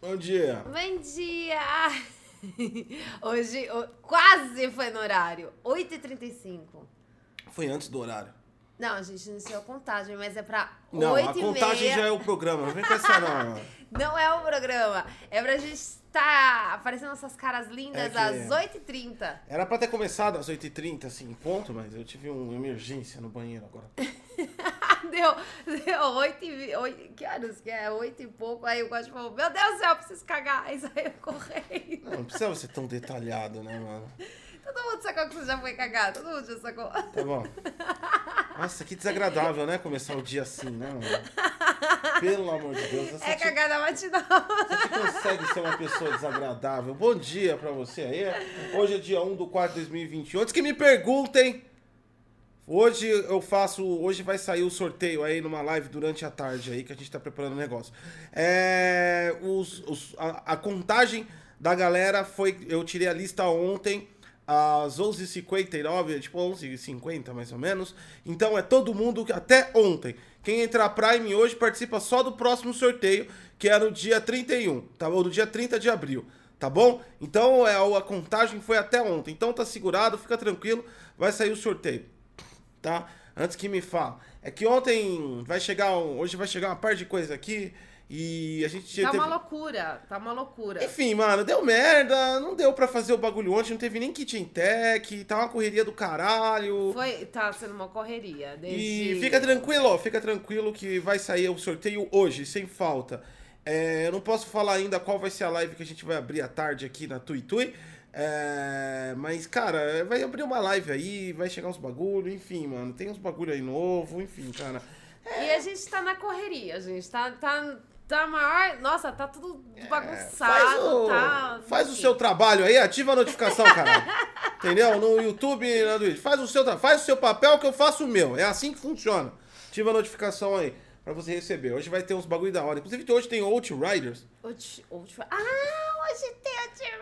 Bom dia. Bom dia! Hoje o- quase foi no horário. 8h35. Foi antes do horário. Não, a gente iniciou a contagem, mas é pra Não, 8 a e contagem meia. já é o programa. Não vem com essa não. Não é o programa. É pra gente estar aparecendo essas caras lindas É que- às 8h30. Era pra ter começado às 8h30, assim, em ponto, mas eu tive uma emergência no banheiro agora. deu, deu 8 e... vi- oito- Que horas que é? 8 e pouco. Aí o Cosmo falou, meu Deus do céu, eu preciso cagar. Aí saiu correndo. Não, não precisava ser tão detalhado, né, mano? Todo mundo sacou que você já foi cagar. Todo mundo já sacou. Tá bom. Nossa, que desagradável, né? Começar o dia assim, né, mano? Pelo amor de Deus. Você, É te- cagada matinal. você consegue ser uma pessoa desagradável. Bom dia pra você aí. Hoje é dia 1 do 4 de 2021. Antes que me perguntem, hoje eu faço. Hoje vai sair o sorteio aí numa live durante a tarde aí que a gente tá preparando o negócio. É, os- os- a, a contagem da galera foi. Eu tirei a lista ontem. Às 11h59, tipo 11h50 mais ou menos. Então é todo mundo que- até ontem. Quem entrar Prime hoje participa só do próximo sorteio, que é no dia 31, tá bom? No dia 30 de abril tá bom? Então é, a contagem foi até ontem. Então tá segurado, fica tranquilo, vai sair o sorteio, tá? Antes que me fala. É que ontem vai chegar, um- hoje vai chegar uma par de coisa aqui e a gente Tá teve- uma loucura, tá uma loucura. enfim, mano, deu merda, não deu pra fazer o bagulho ontem, não teve nem kit em tech, tá uma correria do caralho. Foi, tá sendo uma correria. Desde... E fica tranquilo, fica tranquilo que vai sair o sorteio hoje, sem falta. É, eu não posso falar ainda qual vai ser a live que a gente vai abrir à tarde aqui na Tui Tui. É, mas, cara, vai abrir uma live aí, vai chegar uns bagulho, enfim, mano. Tem uns bagulho aí novo, enfim, cara. E a gente tá na correria, gente. Tá, tá, tá maior. Nossa, tá tudo bagunçado, É, Faz o, tá. faz o enfim. seu trabalho aí, ativa a notificação, cara. Entendeu? No YouTube, na Twitch. Faz o seu tra- faz o seu papel que eu faço o meu. É assim que funciona. Ativa a notificação aí pra você receber. Hoje vai ter uns bagulho da hora. Inclusive hoje tem Outriders. Hoje, hoje... Ah, hoje tem Outriders.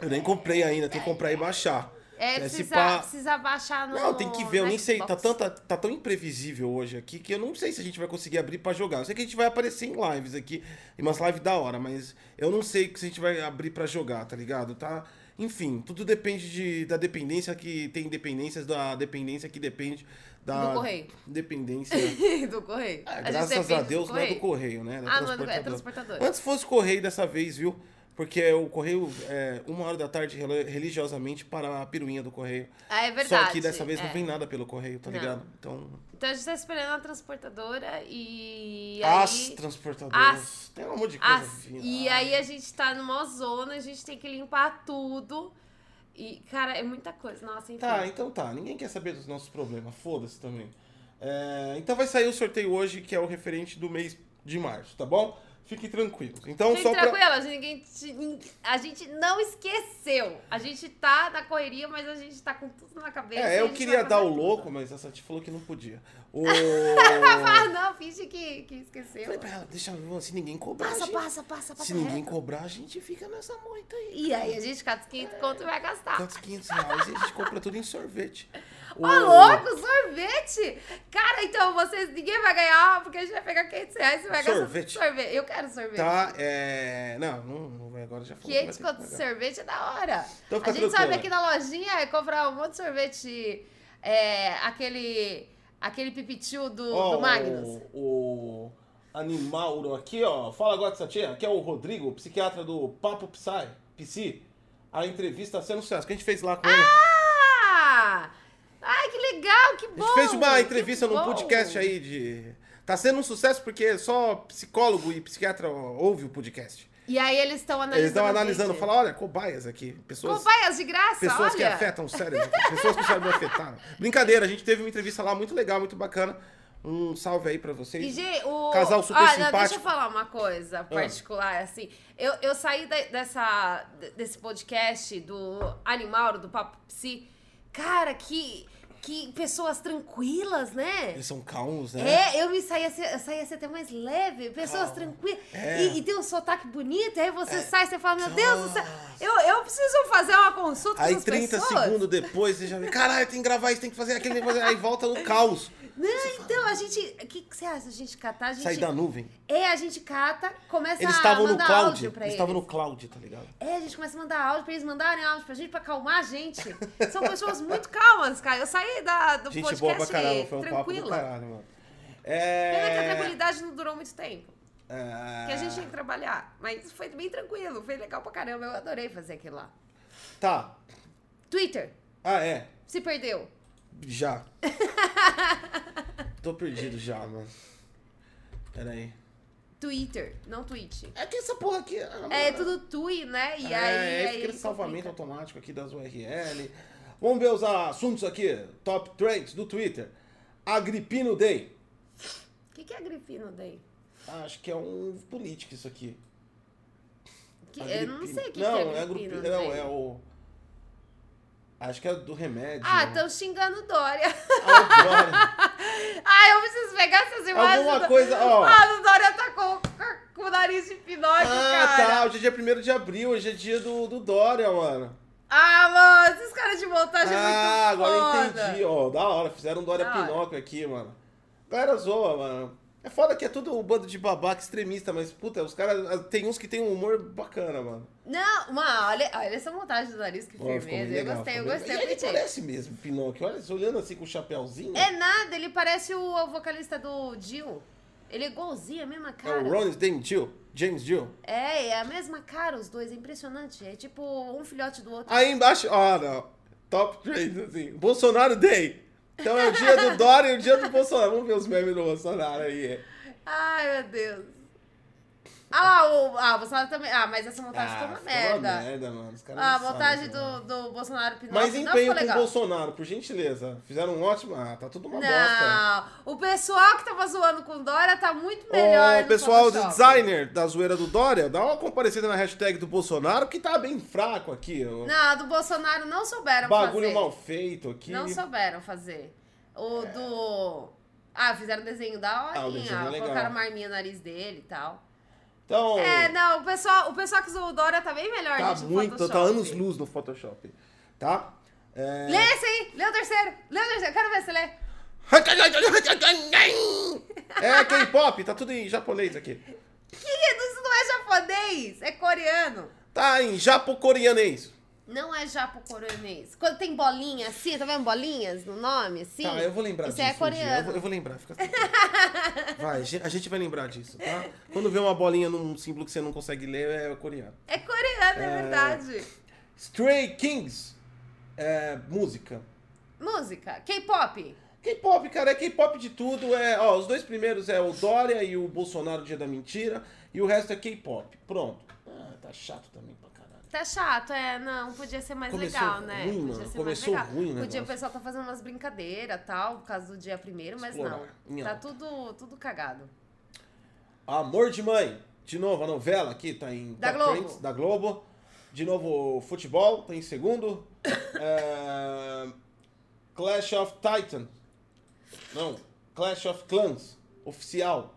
Eu nem comprei ainda, tem que comprar e baixar. É, Se precisa, pá- precisa baixar no. Não, tem que ver, eu no nem sei, tá, Xbox. tanta, tá tão imprevisível hoje aqui que eu não sei se a gente vai conseguir abrir pra jogar. Eu sei que a gente vai aparecer em lives aqui, em umas lives da hora, mas eu não sei se a gente vai abrir pra jogar, tá ligado? Tá? Enfim, tudo depende de, da dependência que tem dependências, da dependência que depende da Do correio. dependência. do correio. É, gente graças a depende Deus não é do correio, né? É da Ah, não é do- transportadora. é transportadora. Antes fosse correio dessa vez, viu? Porque o correio, é, uma hora da tarde, relo- religiosamente, para a piruinha do correio. Ah, é verdade. Só que dessa vez não é. vem nada pelo correio, tá Não. ligado? Então, Então a gente tá esperando a transportadora e. as aí... transportadoras. as- Tem um monte de coisa. Ah, vindo. e Ai. aí a gente tá numa zona, a gente tem que limpar tudo. E, cara, é muita coisa. Nossa, enfim. Tá, então tá. Ninguém quer saber dos nossos problemas. Foda-se também. É, então vai sair o sorteio hoje, que é o referente do mês de março, tá bom? Fiquem tranquilos. Então, Fique só pra. tranquila, a, gente, ninguém- a gente não esqueceu. A gente tá na correria, mas a gente tá com tudo na cabeça. e É, a eu gente queria vai dar o fazer tudo. louco, mas essa te falou que não podia. O... Ah, não, finge que, Falei que esqueceu. pra ela, deixa eu se ninguém cobrar. a Passa, gente- passa, passa, passa. Se ninguém cobrar, a gente fica nessa moita aí. E aí a gente cata os 500 conto e vai gastar. Quantos 500 reais e a gente compra tudo em sorvete. Ah. Ô, louco, sorvete! Cara, então vocês, ninguém vai ganhar, porque a gente vai pegar 500 reais e vai Sorvete. gastar sorvete. Eu quero sorvete. Tá, é. Não, não, não vai agora já falou. vai 500 ter que conto de pagar. sorvete é da hora. Então fica a gente tranquila. sobe aqui na lojinha e compra um monte de sorvete. É, aquele. Aquele pipitiu do, Ó, do Magnus. O, o Animauro aqui, ó. Fala agora dessa tia, que é o Rodrigo, o psiquiatra do Papo Psy, Psy. A entrevista tá sendo sucesso, que a gente fez lá com ele. Ah! Ai, que legal, que A bom! gente fez uma que entrevista num bom. podcast aí de. Tá sendo um sucesso porque só psicólogo e psiquiatra ouve o podcast. E aí eles estão analisando. Eles estão analisando, gente. falam, olha, cobaias aqui. Pessoas, Cobaias de graça, pessoas olha. que é afetam o cérebro, pessoas que o cérebro afetaram. Brincadeira, a gente teve uma entrevista lá muito legal, muito bacana. Um salve aí pra vocês. E, gente, o... Casal super Olha, deixa eu simpático. Ah. falar uma coisa particular, assim. Eu, eu saí de- dessa, de- desse podcast do Animauro, do Papo Psi. Cara, que, que pessoas tranquilas, né? Eles são calmos, né? É, eu me saí a ser, eu saí a ser até mais leve, pessoas Calma. tranquilas. É. E E, e tem um sotaque bonito, aí você sai, você fala, meu Deus do céu, eu, eu preciso fazer uma consulta com Aí essas 30 pessoas. segundos depois você já vê, caralho, tem que gravar isso, tem que fazer aquilo, tem que fazer. Aí volta no caos. Não, então, a gente. O que, que você acha? A gente catar, a gente. Sai da nuvem. É, a gente cata, começa Eles a estavam no mandar cloud. ah, áudio Eles pra eles. estavam no cloud, tá ligado? É, a gente começa a mandar áudio pra eles mandarem áudio pra gente, pra acalmar a gente. São pessoas muito calmas, cara. Eu saí da, do Gente boa pra podcast caralho, foi um papo do tranquila. caralho, mano. Pena que a É. tranquilidade não durou muito tempo. é, Porque a gente tinha que trabalhar. Mas foi bem tranquilo, foi legal pra caramba. Eu adorei fazer aquilo lá. Tá. Twitter, Ah, é. se perdeu. Já. Tô perdido já, mano. Pera aí. Twitter, não tweet. É que essa porra aqui. ah, É mano. tudo tui, né? E é, aí. é, aí fica esse salvamento complica. automático aqui das URL. Vamos ver os assuntos aqui. Top trends do Twitter. Agripino Day. então. O que, que é agripino daí? Acho que é um político isso aqui. Que- eu não sei o que, não, que é agripino. agripino. Não, daí. é o. Acho que é do remédio. Ah, estão xingando Dória. Agora. ah, eu preciso pegar essas imagens. Alguma do- coisa, ó. Ah, o Dória tá com, com- com o nariz de pinóquio, Ah, cara. tá. Hoje é dia 1 de abril, hoje é dia do, do Dória, mano. Ah, mano, esses caras de montagem Ah, é muito agora foda. entendi. Ó, da hora, fizeram um Dória Da hora. Pinóquio aqui, mano. A galera zoa, mano. É foda que é tudo um bando de babaca extremista, mas puta, os caras. ah, Tem uns que tem um humor bacana, mano. Não, mano, olha, olha essa montagem do nariz, que Ó, ficou bem firmeza. eu legal, gostei, eu ficou bem- gostei, E ele eu gostei. parece mesmo, Pinóquio. Olha, se olhando assim com o chapéuzinho. É nada, ele parece o vocalista do Jill. Ele é igualzinho, a mesma É cara. o Ronnie James Jill. James Jill. É, é a mesma cara, os dois, é impressionante. É tipo um filhote do outro. Aí embaixo, ó, não. Top trends, assim. Bolsonaro Day. Então é o dia do Dória e o dia do Bolsonaro. Vamos ver os memes do Bolsonaro aí. Ai, meu Deus. Ah lá, o, ah, o Bolsonaro também. Ah, mas essa montagem ficou uma ficou merda. merda, mano. Os caras Ah, a não sabem, montagem mano. do, do Bolsonaro Pinocchio né, Mas não ficou empenho com o legal. Bolsonaro, por gentileza. Fizeram um ótimo. Ah, tá tudo uma bosta. Não, o pessoal que tava zoando com Dória tá muito melhor. Ó, no o pessoal do Photoshop. designer da zoeira do Dória, dá uma comparecida na hashtag do Bolsonaro, que tá bem fraco aqui. O Não, do Bolsonaro não souberam bagulho fazer. mal feito aqui. Não souberam fazer. O do. Ah, fizeram desenho da Ah, o desenho horinha. é legal. colocaram uma arminha no nariz dele e tal. Então, É, não, o pessoal, o pessoal que zoou o Dória tá bem melhor, tá gente, no muito, tá Photoshop. anos luz no Photoshop. Tá? É... Lê esse aí, lê o terceiro, lê o terceiro, quero ver se lê. É K-pop, tá tudo em japonês aqui. Que isso não é japonês, é coreano. Tá em japo-coreanês. Não é japo-coreanês. Quando tem bolinha assim, tá vendo bolinhas no nome assim? Tá, eu vou lembrar Isso disso. é um dia. Eu, coreano. vou, eu vou lembrar, fica tranquilo. Vai, gen- a gente vai lembrar disso, tá? Quando vê uma bolinha num símbolo que você não consegue ler, é coreano. É coreano, é... É. verdade. Stray Kings. É, música. Música, K-pop. K-pop, cara, é K-pop de tudo. É, ó, os dois primeiros é o Dória e o Bolsonaro Dia da Mentira. E o resto é K-pop. Pronto. Ah, tá chato também pra caralho. Tá chato, é, não, podia ser mais Começou legal, ruim, né? podia mano, ser começou mais legal. ruim o Podia, negócio. o pessoal tá fazendo umas brincadeiras tal, por causa do dia primeiro, mas Explorar, não. em Tá alta. tudo, tudo cagado. Amor de Mãe. De novo, a novela aqui tá em Da top Globo. trends, da Globo. De novo, o futebol tá em segundo. É, Clash of Titan. Não, Clash of Clans. Oficial.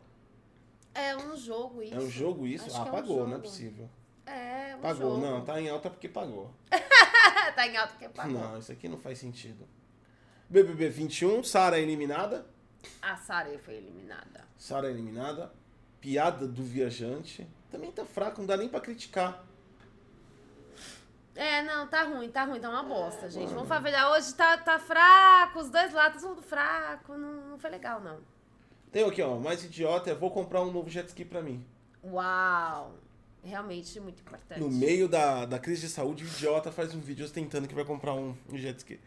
É um jogo isso. É um jogo isso? Acho ah, que é um pagou, não é jogo. possível. É, um Pagou, jogo. não, tá em alta porque pagou. tá em alto que pagou. Não, isso aqui não faz sentido. BBB 21, Sara um, eliminada. A Sarah foi eliminada. Sara eliminada. Piada do viajante. Também tá fraco, não dá nem pra criticar. É, não, tá ruim, tá ruim, tá uma bosta, gente. Vamos falar a verdade, hoje tá, tá fraco, os dois lados, todo mundo fraco, não, não foi legal, não. Tem um aqui, ó, mais idiota é vou comprar um novo jet ski pra mim. Uau, realmente muito importante. No meio da, da crise de saúde, o idiota faz um vídeo ostentando que vai comprar um, um jet ski.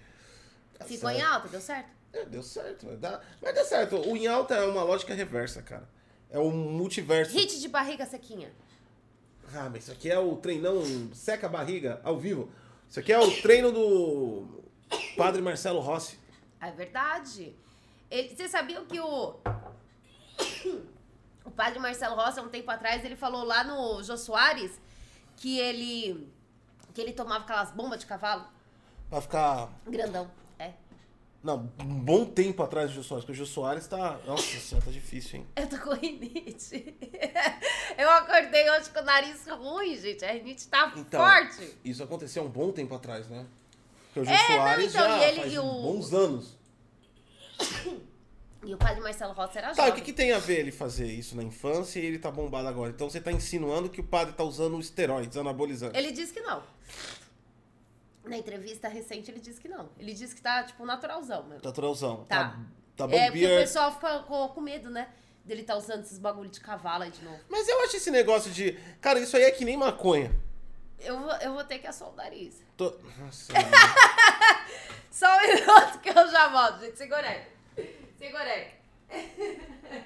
Tá Ficou em certo. alta, deu certo? É, deu certo. Vai dar, vai dar certo. O em alta é uma lógica reversa, cara. É um multiverso. Hit de barriga sequinha. Ah, mas isso aqui é o treinão seca a barriga ao vivo. Isso aqui é o treino do Padre Marcelo Rossi. É verdade. Ele, vocês sabiam que o. O padre Marcelo Rossi, há um tempo atrás, ele falou lá no Jô Soares que ele. que ele tomava aquelas bombas de cavalo. Vai ficar. Grandão. É. Não, um bom tempo atrás do Jô Soares, porque o Jô Soares tá. Nossa senhora, tá difícil, hein? Eu tô com rinite. Eu acordei hoje com o nariz ruim, gente. A rinite tá Então, forte. isso aconteceu há um bom tempo atrás, né? Porque o Jô É, não, Soares então, já e ele- faz e o- bons anos. E o padre Marcelo Rossi era Tá, o jovem. que, que tem a ver ele fazer isso na infância e ele tá bombado agora? Então você tá insinuando que o padre tá usando esteroides, anabolizantes. Ele disse que não. Na entrevista recente, ele disse que não. Ele disse que tá, tipo, naturalzão mesmo. Tá trolzão. Tá. Tá, bom é, porque o beer. pessoal fica com, com medo, né? Dele tá usando esses bagulho de cavalo aí de novo. Mas eu acho esse negócio de. Cara, isso aí é que nem maconha. Eu vou, eu vou ter que assolar o nariz. Tô... Nossa, mano. Só um minuto que eu já volto, gente. Segura aí. Segura aí.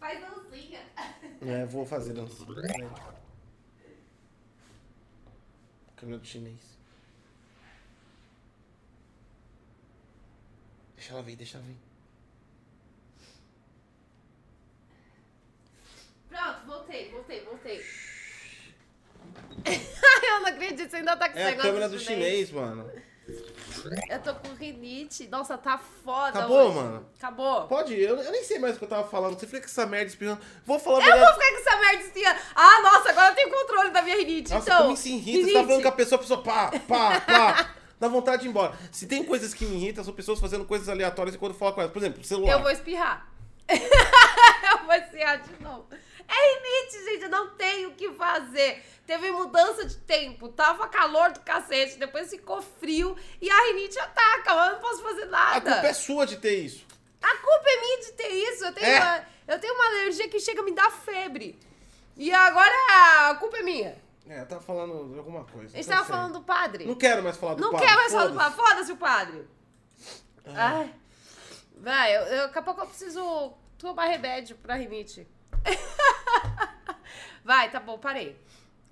Faz dancinha. É, vou fazer dança. Peraí. Câmera do chinês. Deixa ela vir, deixa ela vir. Pronto, voltei, voltei, voltei. Ai, eu não acredito, você ainda tá com É esse a negócio câmera do chinês, mano. Eu tô com rinite. Nossa, tá foda Acabou, hoje. mano? Acabou. Pode, eu, eu nem sei mais o que eu tava falando. Você fica com essa merda espirrando. Vou falar a Eu vou verdade. ficar com essa merda esse dia. Ah, nossa, agora eu tenho controle da minha rinite. Nossa, então, como isso irrita. Você tá falando com a pessoa, a pessoa pá, pá, pá. Dá vontade de ir embora. Se tem coisas que me irritam, são pessoas fazendo coisas aleatórias enquanto eu falo com elas. Por exemplo, celular. Eu vou espirrar. eu vou espirrar de novo. É rinite, gente. Eu não tenho o que fazer. Teve mudança de tempo. Tava calor do cacete. Depois ficou frio. E a rinite ataca. Eu não posso fazer A nada. culpa é sua de ter isso. A culpa é minha de ter isso. Eu tenho, É. uma, eu tenho uma alergia que chega a me dar febre. E agora a culpa é minha. É, eu tava falando de alguma coisa. A gente não tava sei. falando do padre. Tá Não quero mais falar do Não padre. quer mais falar do foda-se. Ah. padre. Foda-se o padre. Ai. Vai, eu, eu, daqui a pouco eu preciso tomar remédio pra rinite. Vai, tá bom, parei.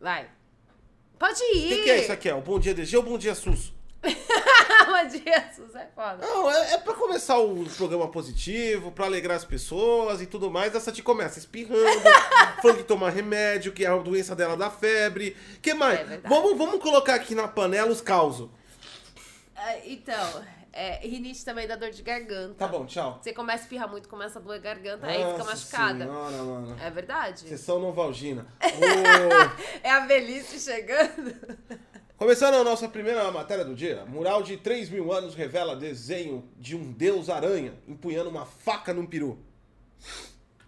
Vai. Pode O ir. que, que é isso aqui? É o Bom Dia DG ou Bom Dia SUS? Mas Jesus, é foda. Não, é, é pra começar o programa positivo, pra alegrar as pessoas e tudo mais. Essa te começa espirrando, falando que tomar remédio, que a doença dela dá febre. que mais? É verdade. vamos, vamos colocar aqui na panela os causos. Ah, Então, é, rinite também dá dor de garganta. Tá bom, tchau. Você começa a espirrar muito, começa a doer a garganta, aí fica Nossa machucada. Senhora, mano. É verdade? Sessão Novalgina. Ô, É a velhice chegando. Começando a nossa primeira matéria do dia, mural de 3 mil anos revela desenho de um deus-aranha empunhando uma faca num peru.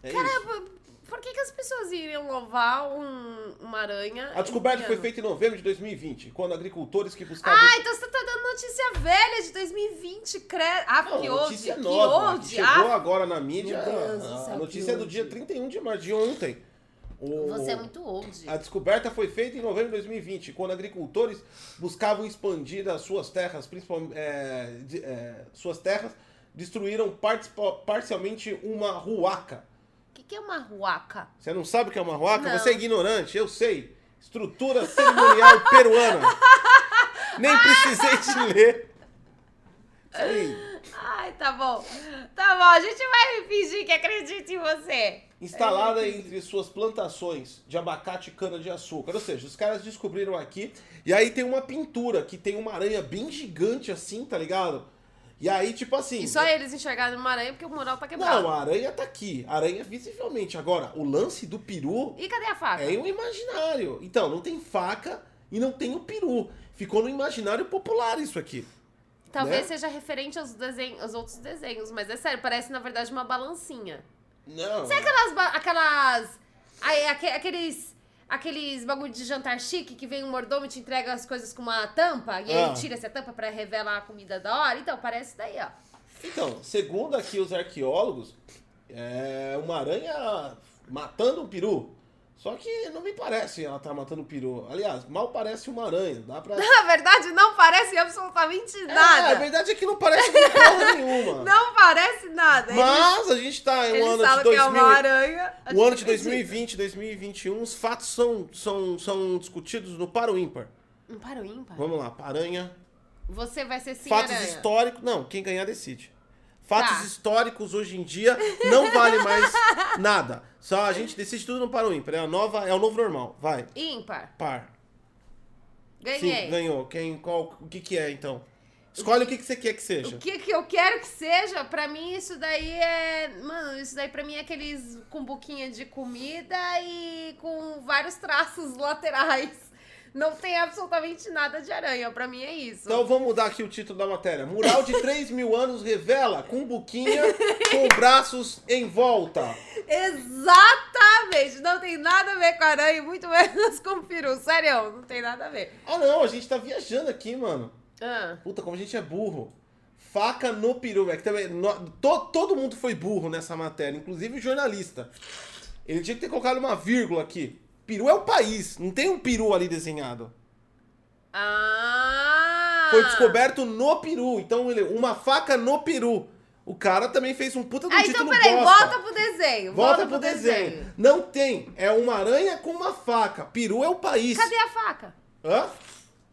É isso. Por- Por que, que as pessoas iriam louvar um- uma aranha? A descoberta foi empunhando? feita em novembro de 2020, quando agricultores que buscavam... Ah, então você tá dando notícia velha de 2020, credo. Ah, Não, que notícia hoje, nova, que que hoje. ah. chegou agora na mídia. Meu Deus do a- a céu, notícia que é do dia old. 31 de março, de ontem. O- Você é muito old. A descoberta foi feita em novembro de 2020, quando agricultores buscavam expandir as suas terras, principalmente é, de- é, suas terras, destruíram partes- parcialmente uma ruaca. O que, que é uma ruaca? Você não sabe o que é uma ruaca? Não. Você é ignorante, eu sei. Estrutura cerimonial peruana. Nem precisei te ler. Isso aí. Ai, tá bom. Tá bom, a gente vai fingir que acredita em você. Instalada entre suas plantações de abacate e cana-de-açúcar. Ou seja, os caras descobriram aqui. E aí tem uma pintura que tem uma aranha bem gigante assim, tá ligado? E aí, tipo assim. E só eles enxergaram uma aranha porque o mural tá quebrado. Não, a aranha tá aqui. A aranha visivelmente. Agora, o lance do peru E cadê a faca? É um imaginário. Então, não tem faca e não tem o peru. Ficou no imaginário popular isso aqui. Talvez né? seja referente aos, desenhos, aos outros desenhos, mas é sério, parece na verdade uma balancinha. Não. Aquelas. ba- aquelas ai, aque- aqueles. Aqueles bagulho de jantar chique que vem um mordomo e te entrega as coisas com uma tampa e Ah. ele tira essa tampa pra revelar a comida da hora. Então, parece daí, ó. Então, segundo aqui os arqueólogos, é uma aranha matando um peru. Só que não me parece ela tá matando um peru. Aliás, mal parece uma aranha. Dá pra. Na verdade, não parece absolutamente É, a nada. verdade é que não parece com porra nenhuma. não parece nada. Mas a gente tá Eles, em um eles ano falam de que é 2000. uma aranha. a O gente um ano de acredita. 2020, 2021, os fatos são, são, são discutidos no Paro Ímpar. Não para o Um ímpar. Vamos lá, Paranha, Você vai ser sim Fatos aranha. históricos. Não, quem ganhar decide. Fatos Tá. históricos hoje em dia não vale mais nada. Só a gente decide tudo no par ou ímpar. É, a nova, é o novo normal. Vai. Ímpar. Par. Sim, Ganhei. ganhou. Quem, qual, o que, que é então? Escolhe o que, que você quer que seja. O que, que eu quero que seja, pra mim isso daí é. Mano, isso daí pra mim é aqueles com boquinha de comida e com vários traços laterais. Não tem absolutamente nada de aranha, pra mim é isso. Então vamos mudar aqui o título da matéria. Mural de 3 mil anos revela cumbuquinha com braços em volta. Exatamente! Não tem nada a ver com aranha, e muito menos com peru. Sério, não tem nada a ver. Ah não, a gente tá viajando aqui, mano. Ah, Puta, como a gente é burro. Faca no peru, velho. que Também, no- to- todo mundo foi burro nessa matéria, inclusive o jornalista. Ele tinha que ter colocado uma vírgula aqui. Peru é o país, não tem um peru ali desenhado. Ah! Foi descoberto no peru. Então, ele, uma faca no peru. O cara também fez um puta do Ah, então título peraí, bosta. volta pro desenho. Volta pro desenho. Não tem. É uma aranha com uma faca. Peru é o país. Cadê a faca? Hã?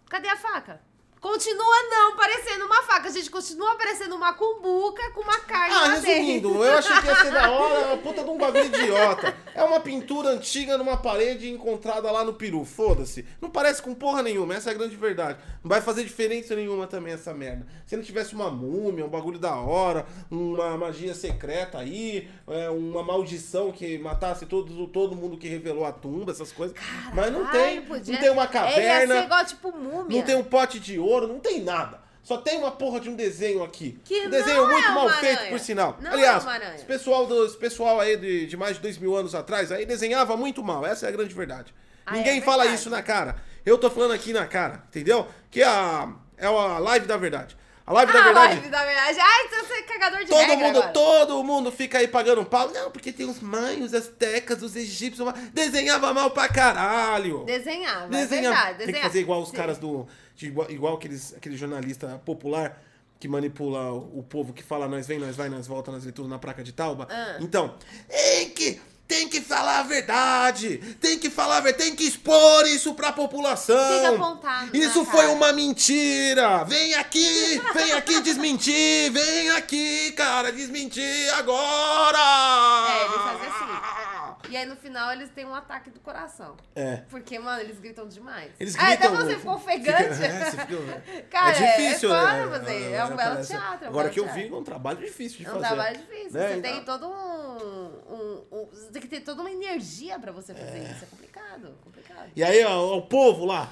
Cadê a faca? Continua não parecendo uma faca. A gente continua parecendo uma cumbuca com uma carne Ah, lá resumindo, dentro. eu achei que ia ser da hora, uma puta de um bagulho idiota. É uma pintura antiga numa parede encontrada lá no Peru, foda-se. Não parece com porra nenhuma, essa é a grande verdade. Não vai fazer diferença nenhuma também essa merda. Se não tivesse uma múmia, um bagulho da hora, uma magia secreta aí, é, uma maldição que matasse todo, todo mundo que revelou a tumba, essas coisas. Mas não tem, Ai, podia- não tem uma É, caverna, ia ser igual, tipo, múmia. não tem um pote de ouro, não tem nada. Só tem uma porra de um desenho aqui. Que um desenho não é muito mal uma feito, aranha. por sinal. Não Aliás, é uma aranha. esse pessoal, do, esse pessoal aí de, de mais de dois mil anos atrás, aí desenhava muito mal. Essa é a grande verdade. Ah, Ninguém é fala verdade. isso na cara. Eu tô falando aqui na cara, entendeu? Que a, é a live da verdade. A live da Ah, verdade. live da verdade. Ai, então você é cagador de Todo regra mundo, agora. todo mundo fica aí pagando um pau. Não, porque tem os maios, as tecas, os egípcios. Desenhava mal pra caralho. Desenhava, Desenha, é verdade. Tem que desenhava. fazer igual os caras do. de igual igual aqueles, aquele jornalista popular que manipula o, o povo que fala nós vem, nós vai, nós volta, nós vê tudo na placa de Tauba. Ah. Então, tem que, tem que falar a verdade! Tem que falar a verdade, tem que expor isso pra população! Tem que apontar na Isso foi cara. uma mentira! Vem aqui! Vem aqui desmentir! Vem aqui, cara, desmentir agora! É, ele fazia assim. E aí, no final, eles têm um ataque do coração. É. Porque, mano, eles gritam demais. Eles Ah, gritam. até você ficou ofegante. Fica- é, você fica- Cara, é difícil, é foda né? fazer, Ah, é já um belo parece- teatro, é um Agora belo que eu teatro. vi, é um trabalho difícil de É fazer. um trabalho difícil. Né? Você tem Então, todo um, um- um- Você tem que ter toda uma energia pra você fazer isso. É complicado, complicado. E aí, ó, o povo lá.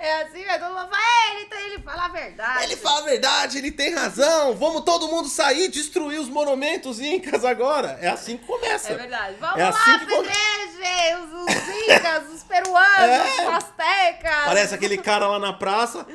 É assim, mas todo mundo fala, "É, ele, tá- ele fala a verdade. Ele fala a verdade, ele tem razão. Vamos todo mundo sair, destruir os monumentos incas agora. É assim que começa. É verdade. Vamos É lá, assim que come- pedreje! Os, os incas, os peruanos, É. os astecas. Parece aquele cara lá na praça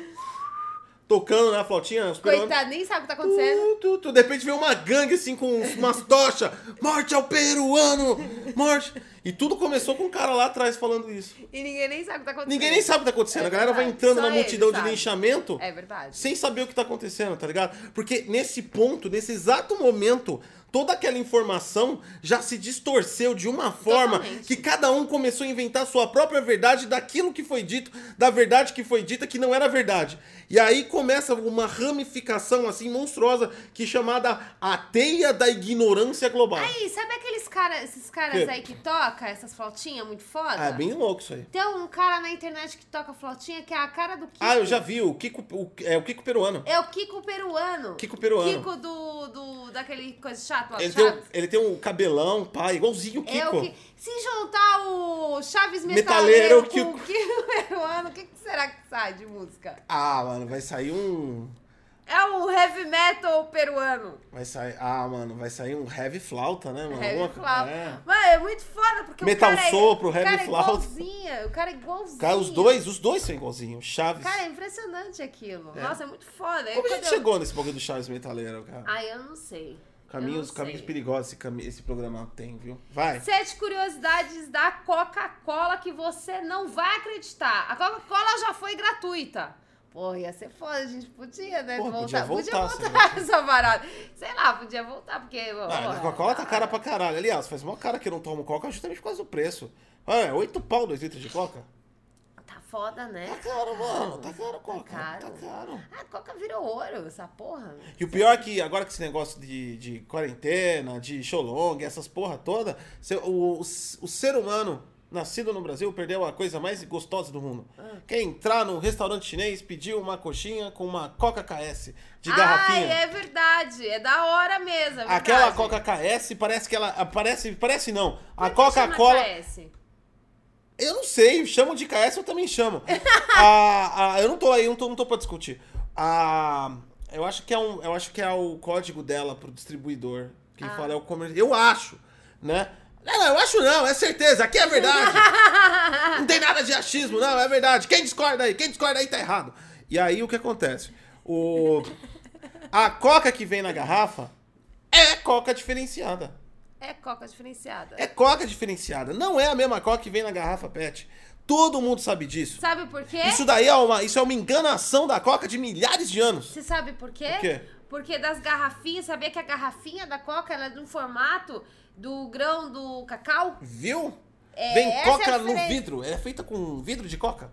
tocando na flautinha, os peruanos. Coitado, nem sabe o que tá acontecendo. Tu, tu, tu. De repente vê uma gangue assim com uns- umas tochas. Morte ao peruano! Morte! E tudo começou com um cara lá atrás falando isso. E ninguém nem sabe o que tá acontecendo. Uh. Ninguém nem sabe o que tá acontecendo. É a galera vai verdade. entrando Só na ele multidão de sabe. linchamento É verdade. sem saber o que tá acontecendo, tá ligado? Porque nesse ponto, nesse exato momento, toda aquela informação já se distorceu de uma forma Totalmente. que cada um começou a inventar sua própria verdade daquilo que foi dito, da verdade que foi dita que não era verdade. E aí começa uma ramificação assim monstruosa que é chamada a teia da ignorância global. Aí, sabe aqueles caras, esses caras Que? aí que toca essas flautinhas muito foda? Ah, é bem louco isso aí. Tem um cara na internet que toca flautinha que é a cara do Kiko. Ah, eu já vi o Kiko, o, é o Kiko peruano. É o Kiko peruano. Kiko peruano. Kiko do, do daquele coisa É, chato lá, Ele tem, Chaves. um, ele tem um cabelão, pá, igualzinho o Kiko. É o que se juntar o Chaves Metaleiro, Metaleiro, Kiko. com o Kiko peruano, o que, que será que sai de música? Ah, mano, vai sair um. É o heavy metal peruano. Vai sair. Ah, mano, vai sair um heavy flauta, né, mano? Heavy Alguma- flauta. É. Mano, é muito foda, porque Metal o cara sopro, é, o cara heavy é flauta. igualzinho, o cara é igualzinho. Cara, os dois, os dois são igualzinhos. Chaves. Cara, é impressionante aquilo. É. Nossa, é muito foda. Aí Como a quando gente eu- chegou nesse bagulho do Chaves Metaleiro, cara? Ah, eu não sei. caminhos, eu não caminhos sei. perigosos esse, cami- esse programa tem, viu? Vai. Sete curiosidades da Coca-Cola que você não vai acreditar. A Coca-Cola já foi gratuita. Porra, ia ser foda, a gente podia, né? Porra, podia voltar. voltar, Podia voltar essa parada. Sei lá, podia voltar, porque. Ah, a Coca-Cola tá cara pra caralho. Aliás, faz mó cara que eu não tomo Coca justamente por causa do preço. Olha, 8 pau, 2 litros de Coca. Tá foda, né? Tá caro, mano. Tá caro, Coca. caro. Tá caro. A Coca virou ouro, essa porra. E o pior é que agora com esse negócio de, de quarentena, de xolong, essas porra toda, cê- o, o, ser humano nascido no Brasil, perdeu a coisa mais gostosa do mundo. Ah. Quer entrar num restaurante chinês, pedir uma coxinha com uma Coca KS de garrafinha. Ai, é verdade. É da hora mesmo. é Aquela verdade. Coca KS parece que ela. ah, Parece, parece não. Por A que chama Coca-Cola. KS? Eu não sei, chamam de KS, eu também chamo. a, a- eu não tô aí, eu não tô, não tô pra discutir. A, eu, acho que é um, eu acho que é o código dela pro distribuidor. Quem fala é o comercial. Eu acho, né? Não, não, eu acho não, é certeza, aqui é verdade. não tem nada de achismo, não, é verdade. Quem discorda aí, quem discorda aí tá errado. E aí o que acontece? O, a coca que vem na garrafa é coca diferenciada. É Coca diferenciada. É coca diferenciada, não é a mesma coca que vem na garrafa PET. Todo mundo sabe disso. Sabe por quê? Isso daí é uma, isso é uma enganação da coca de milhares de anos. Você sabe por quê? Por quê? Porque das garrafinhas, sabia que a garrafinha da Coca ela é no formato do grão do cacau? Viu? É, vem essa coca é a no diferença. vidro, é feita com vidro de coca.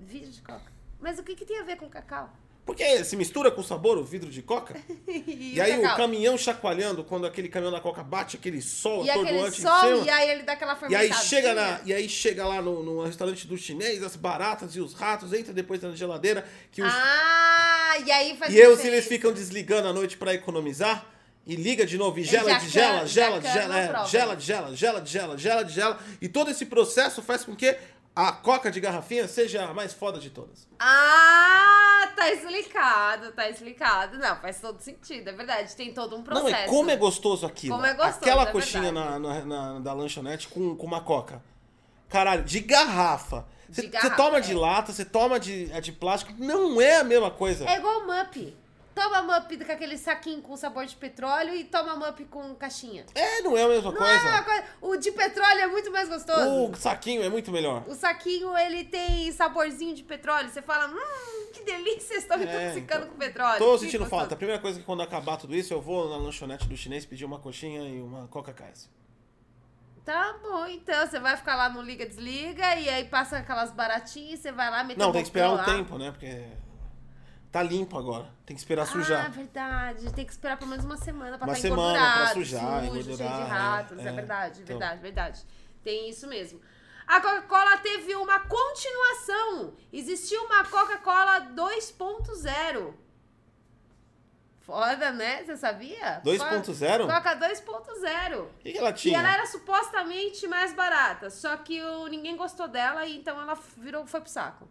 Vidro de Coca. Mas o que, que tem a ver com cacau? Porque se mistura com o sabor o vidro de coca. E, E, aí o cacau? caminhão chacoalhando quando aquele caminhão da coca bate aquele sol E aquele atordoante em sol, cima. e aí ele dá aquela E fermentadinha. aí chega na, e aí chega lá no, no restaurante do chinês, as baratas e os ratos entra depois na geladeira que os Ah, e aí faz E eu, se diferença. eles ficam desligando à noite pra economizar, e liga de novo, e já gela, de can- gela, já gela, de cana gela, a é, prova. gela, de gela, gela, de gela, gela, de gela. E todo esse processo faz com que a coca de garrafinha seja a mais foda de todas. Ah, tá explicado, tá explicado. Não, faz todo sentido, é verdade. Tem todo um processo. Não, e como é gostoso aquilo. Como é gostoso, Aquela é coxinha na, na- na- da lanchonete com, com uma coca. Caralho, de garrafa. De Você garrafa, toma é. de lata, você toma de, é de plástico, não é a mesma coisa. É igual Mup. Toma Mup com aquele saquinho com sabor de petróleo e toma Mup com caixinha. É, não é a mesma Não é coisa. a mesma coisa. O de petróleo é muito mais gostoso. O saquinho é muito melhor. O saquinho, ele tem saborzinho de petróleo. Você fala, hum, que delícia, vocês estão me É, intoxicando então. com petróleo. Tô Que sentindo gostoso. falta. A primeira coisa é que quando acabar tudo isso, eu vou na lanchonete do chinês pedir uma coxinha e uma coca KS. Tá bom, então. Você vai ficar lá no Liga Desliga e aí passa aquelas baratinhas, você vai lá meter Não, o tem que esperar um botão lá. tempo, né? Porque tá limpo agora. Tem que esperar Ah, sujar. verdade. Tem que esperar pelo menos uma semana pra Uma tá semana pra engordurado, sujar, sujo, cheio engordurar, de ratos. É, é, verdade, então. verdade, verdade. Tem isso mesmo. A Coca-Cola teve uma continuação. Existiu uma Coca-Cola 2.0. Foda, né? Você sabia? 2.0? Coca 2.0. O que, que ela E tinha? ela era supostamente mais barata, só que o, ninguém gostou dela e então ela virou foi pro saco.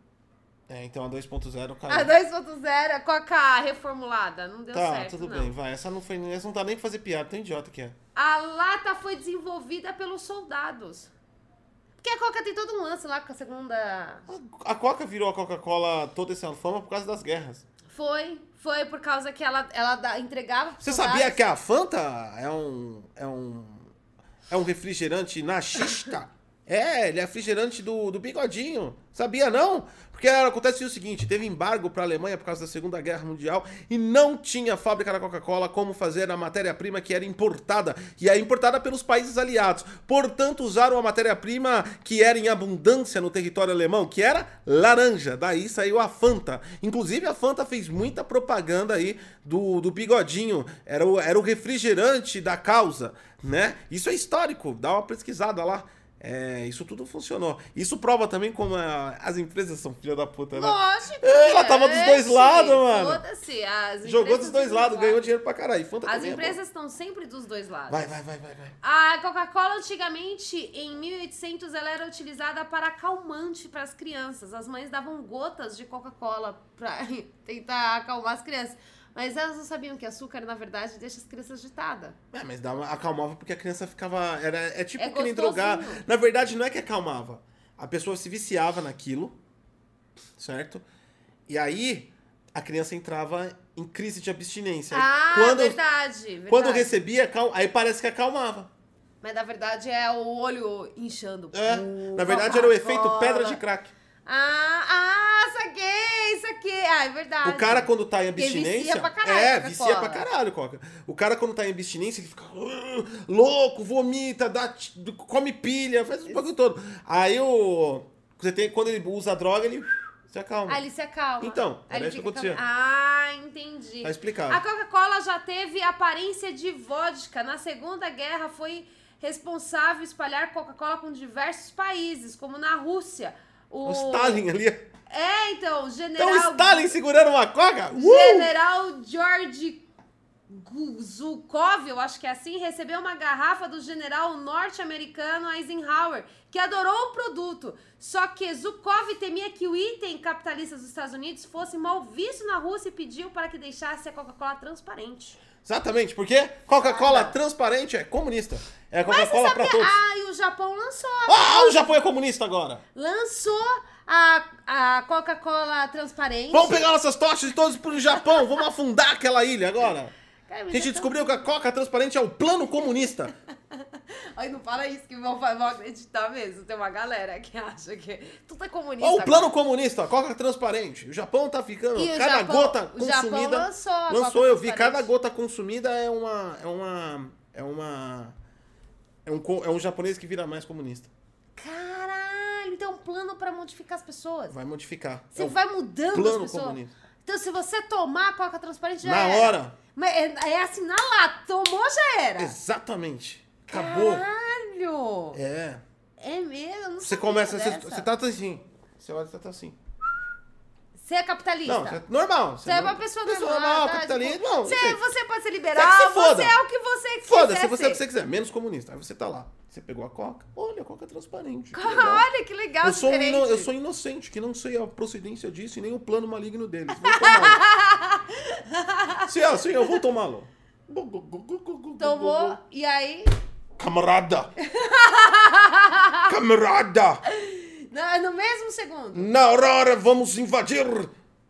É, então a 2.0, A cara. 2.0, a Coca reformulada, não deu tá, certo, tudo não. bem, vai. Essa não foi. Essa não tá nem pra fazer piada, tão idiota que é. A lata foi desenvolvida pelos soldados. Porque a Coca tem todo um lance lá com a segunda. A Coca virou a Coca-Cola toda essa fama por causa das guerras. Foi, foi por causa que ela, ela da- entregava. pros Você soldados. sabia que a Fanta é um. é um. é um refrigerante nachista? É, ele é refrigerante do, do bigodinho. Sabia não? Porque acontece o seguinte: teve embargo para a Alemanha por causa da Segunda Guerra Mundial e não tinha fábrica da Coca-Cola como fazer a matéria-prima que era importada. E é importada pelos países aliados. Portanto, usaram a matéria-prima que era em abundância no território alemão, que era laranja. Daí saiu a Fanta. Inclusive, a Fanta fez muita propaganda aí do, do bigodinho. Era o, era o refrigerante da causa, né? Isso é histórico. Dá uma pesquisada lá. É, isso tudo funcionou. Isso prova também como a- as empresas são filha da puta, né? Lógico. É, ela que tava dos dois é, lados, gente. mano. Foda-se. as Jogou empresas dos dois dos lados, ganhou dinheiro pra caralho. Fanta As também é bom. empresas estão sempre dos dois lados. Vai, vai, vai, vai, vai. A Coca-Cola antigamente, em 1800, ela era utilizada para calmante para as crianças. As mães davam gotas de Coca-Cola para tentar acalmar as crianças. Mas elas não sabiam que açúcar, na verdade, deixa as crianças agitadas. É, mas dá uma, acalmava porque a criança ficava. Era, é tipo É que nem gostosinho. drogar. Na verdade, não é que acalmava. A pessoa se viciava naquilo, certo? E aí a criança entrava em crise de abstinência. Aí, Ah, quando, verdade, verdade. quando recebia, acal- aí parece que acalmava. Mas na verdade é o olho inchando. É. Uh, Na verdade, era o efeito Coca-Cola. pedra de crack. Ah, ah, saquei, saquei. Ah, é verdade. O cara, quando tá em Porque vicia abstinência. pra caralho, é, Coca-Cola. vicia pra caralho, Coca. O cara, quando tá em abstinência, ele fica "Ugh", louco, vomita, dá, ti- come pilha, faz o bagulho todo. Aí o. Você tem, quando ele usa a droga, ele se acalma. Aí ele se acalma. Então, Aí era ele isso que fica acontecia. calmo. Ah, entendi. Tá explicado. A Coca-Cola já teve aparência de vodka. Na Segunda Guerra foi responsável espalhar Coca-Cola com diversos países, como na Rússia. O, O Stalin ali. É, então, general... Então o Stalin segurando uma coca? Uh! General George Gu- Zhukov, eu acho que é assim, recebeu uma garrafa do general norte-americano Eisenhower, que adorou o produto. Só que Zhukov temia que o item capitalista dos Estados Unidos fosse mal visto na Rússia e pediu para que deixasse a Coca-Cola transparente. Exatamente, porque Coca-Cola transparente é comunista. É Mas você Coca-Cola sabe pra que... todos. Ah, e o Japão lançou. Ah, o Japão é comunista agora. Lançou a, a Coca-Cola transparente. Vamos pegar nossas tochas e todos pro Japão. Vamos afundar aquela ilha agora. Cara, A mas gente é tão- descobriu que a Coca transparente é o plano comunista. Ai, não fala isso que vão, vão acreditar mesmo. Tem uma galera que acha que tudo é comunista. Olha o agora. plano comunista, a Coca transparente. O Japão tá ficando. E o cada Japão- gota o Japão consumida. lançou a lançou, Coca eu vi. transparente. Cada gota consumida é uma. É uma. É uma. É um, co- é um japonês que vira mais comunista. Caralho, então é um plano pra modificar as pessoas. Vai modificar. Você É o vai mudando as plano pessoas. comunista. Então, se você tomar a coca transparente, já Na era. Tá. hora. Mas é, é assim, na lata. Tomou, já era. Exatamente. Acabou. Caralho. É. É, mesmo? Eu não Você sabia começa. Você, dessa. você trata assim. Você olha e trata assim. Você é capitalista. Não, é normal. Você é uma pessoa normal. tá? capitalista. Tipo, não, você, enfim. você pode Quer ser que liberal, se foda. você é o que você quiser Foda-se, você é o que ser. você quiser, menos comunista. Aí você tá lá. Você pegou a Coca, olha, a Coca é transparente. que legal. Olha, que legal, eu, sou um é diferente. ino- eu sou inocente, que não sei a procedência disso e nem o plano maligno deles. Vou tomá-lo. Se é assim, eu vou tomá-lo. um Tomou, e aí... Camarada! Camarada! Na- No mesmo segundo. Na aurora vamos invadir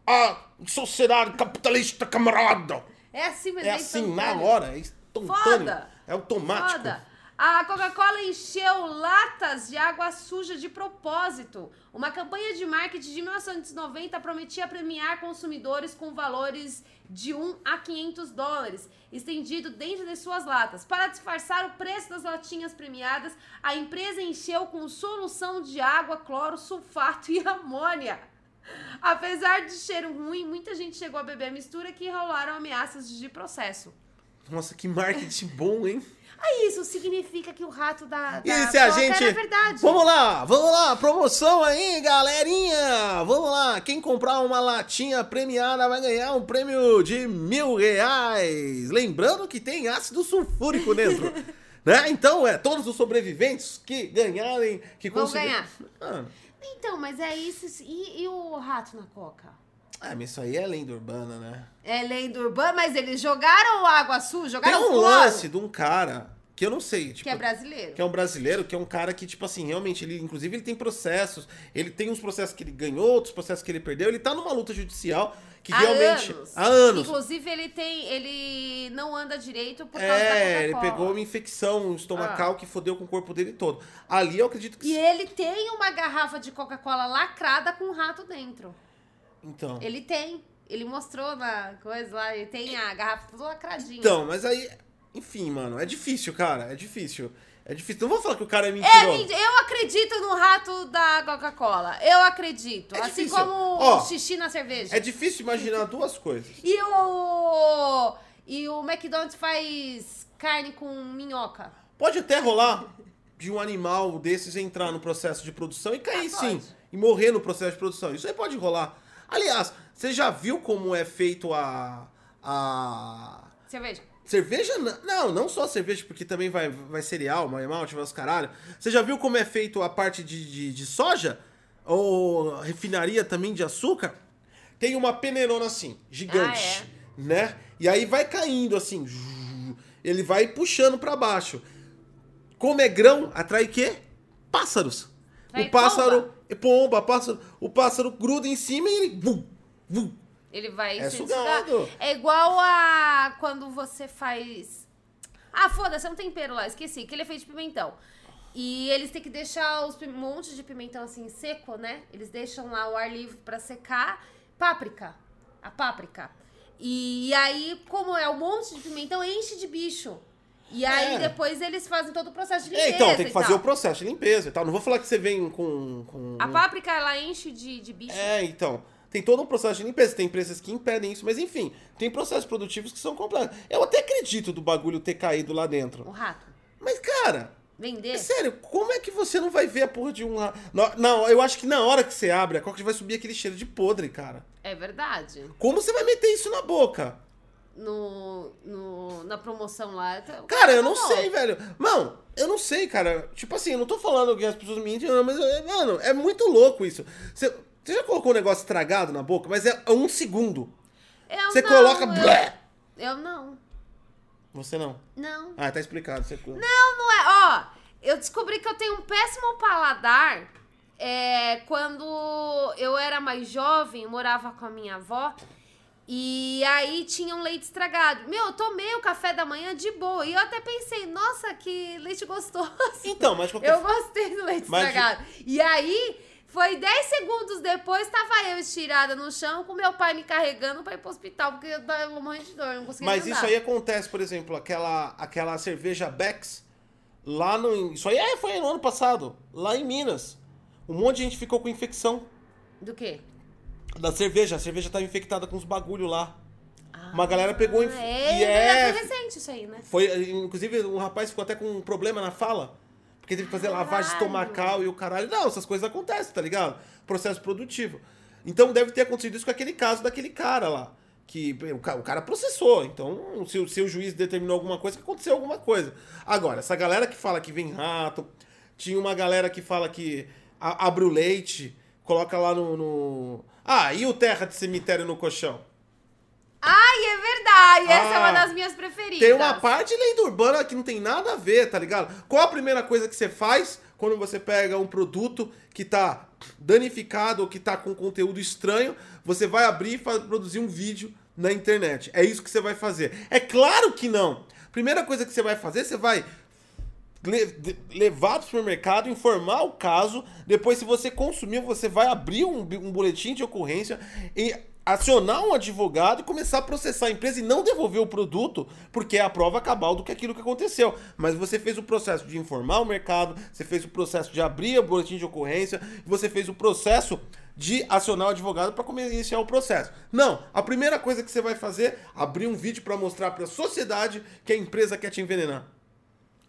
a sociedade capitalista, camarada! É assim mesmo. É assim, na instantâneo. hora, é instantâneo. Foda. É automático. Foda. A Coca-Cola encheu latas de água suja de propósito. Uma campanha de marketing de 1990 prometia premiar consumidores com valores de 1 a 500 dólares, estendido dentro de suas latas. Para disfarçar o preço das latinhas premiadas, a empresa encheu com solução de água, cloro, sulfato e amônia. Apesar de cheiro ruim, muita gente chegou a beber a mistura que rolaram ameaças de processo. Nossa, que marketing bom, hein? Aí Ah, isso significa que o rato da, da E se é a Coca gente. era verdade. Vamos lá, vamos lá, promoção aí, galerinha! Vamos lá, quem comprar uma latinha premiada vai ganhar um prêmio de mil reais. Lembrando que tem ácido sulfúrico dentro. né? Então, é, todos os sobreviventes que ganharem, que Vão conseguirem. ganhar. Ah, Então, mas é isso. E, e o rato na coca? ah, mas isso aí é lenda urbana, né? É lenda urbana, mas eles jogaram água suja, Tem jogaram um cloro, lance de um cara que eu não sei, tipo, é que é brasileiro. que é um brasileiro, que é um cara que, tipo assim, realmente, ele, inclusive, ele tem processos, ele tem uns processos que ele ganhou, outros processos que ele perdeu, ele tá numa luta judicial que realmente. Há anos. Inclusive, ele tem. Ele não anda direito por causa É, da ele Coca-Cola. Ah. pegou uma infecção um estomacal que fodeu com o corpo dele todo. Ali eu acredito que. E ele tem uma garrafa de Coca-Cola lacrada com um rato dentro. Então. Ele tem. Ele mostrou na coisa lá, ele tem a garrafa toda lacradinha. Então, mas aí. Enfim, mano, é difícil, cara. É difícil. É difícil. Não vou falar que o cara é É, mentiroso. men- eu acredito no rato da Coca-Cola. Eu acredito. É assim difícil. como Ó, o xixi na cerveja. É difícil imaginar duas coisas. E o. E o McDonald's faz carne com minhoca. Pode até rolar de um animal desses entrar no processo de produção e cair Ah, sim. pode. E morrer no processo de produção. Isso aí pode rolar. Aliás, você já viu como é feito a. a. Cerveja. Cerveja? na- Não, não só cerveja, porque também vai, vai cereal, vai malte, vai os caralho. Você já viu como é feito a parte de, de, de soja? Ou refinaria também de açúcar? Tem uma peneirona assim, gigante, né? E aí vai caindo assim, zzzz, ele vai puxando pra baixo. Como é grão, atrai quê? Pássaros. Atrai o pássaro, é pomba, pássaro, o pássaro gruda em cima e ele vum, vum, Ele vai É se sugado. sugar. É igual a quando você faz. Ah, foda-se, é um tempero lá, esqueci, que ele é feito de pimentão. E eles têm que deixar os pi- um monte de pimentão assim seco, né? Eles deixam lá o ar livre pra secar. Páprica. A páprica. E aí, como é um monte de pimentão, enche de bicho. E aí É. depois eles fazem todo o processo de É, limpeza. então, tem que e fazer tal. o processo de limpeza e tal. Não vou falar que você vem com. com A páprica, ela enche de, de bicho. É, então. Tem todo um processo de limpeza, tem empresas que impedem isso, mas enfim, tem processos produtivos que são complexos. Eu até acredito do bagulho ter caído lá O dentro. rato. Mas, cara, Vender? Sério, como é que você não vai ver a porra de um. ra- No- Não, eu acho que na hora que você abre, a coca vai subir aquele cheiro de podre, cara. É verdade. Como você vai meter isso na boca? No, no, na promoção lá. tá- Cara, eu não tá bom. sei, velho. Mano, eu não sei, cara. Tipo assim, eu não tô falando que as pessoas mentem, não, mas, é, mano, é muito louco isso. Você, você já colocou um negócio estragado na boca, mas é um segundo. Eu Você Ah, não, é. coloca. Eu, eu não. Você não. Não. Ah, tá explicado. Você... Não, não é. Ó, eu descobri que eu tenho um péssimo paladar. É, quando eu era mais jovem, morava com a minha avó. E aí tinha um leite estragado. Meu, eu tomei o café da manhã de boa. E eu até pensei, nossa, que leite gostoso. Então, mas de qualquer Eu gostei do leite Mas- estragado. E aí, foi 10 segundos depois, tava eu estirada no chão com meu pai me carregando pra ir pro hospital, porque eu tava morrendo de dor, eu não conseguia Mas nem isso andar. aí é acontece, por exemplo, aquela, aquela cerveja Beck's lá no. Isso aí é, foi no ano passado, lá em Minas. Um monte de gente ficou com infecção Do quê? da cerveja. A cerveja tava infectada com uns bagulho lá. Uma galera pegou. inf- Ah, é, e é. verdade, foi recente isso aí, né? Foi, inclusive, um rapaz ficou até com um problema na fala. Porque teve que fazer lavagem Caralho. estomacal e o caralho. Não, essas coisas acontecem, tá ligado? Processo produtivo. Então deve ter acontecido isso com aquele caso daquele cara lá. Que bem, o ca- o cara processou. Então, se o, se o juiz determinou alguma coisa, que aconteceu alguma coisa. Agora, essa galera que fala que vem rato. Tinha uma galera que fala que a- abre o leite, coloca lá no. no- Ah, e o terra de cemitério no colchão? Ai, é verdade. Essa é Ah, uma das minhas preferidas. Tem uma parte de lenda urbana que não tem nada a ver, tá ligado? Qual a primeira coisa que você faz quando você pega um produto que tá danificado ou que tá com conteúdo estranho? Você vai abrir e fa- produzir um vídeo na internet. É isso que você vai fazer. É claro que não. Primeira coisa que você vai fazer, você vai le- de- levar pro supermercado, informar o caso. Depois, se você consumir, você vai abrir um, bi- um boletim de ocorrência e acionar um advogado e começar a processar a empresa e não devolver o produto, porque é a prova cabal do que aquilo que aconteceu. Mas você fez o processo de informar o mercado, você fez o processo de abrir o boletim de ocorrência, você fez o processo de acionar o advogado para começar a iniciar o processo. Não, a primeira coisa que você vai fazer, abrir um vídeo para mostrar para a sociedade que a empresa quer te envenenar.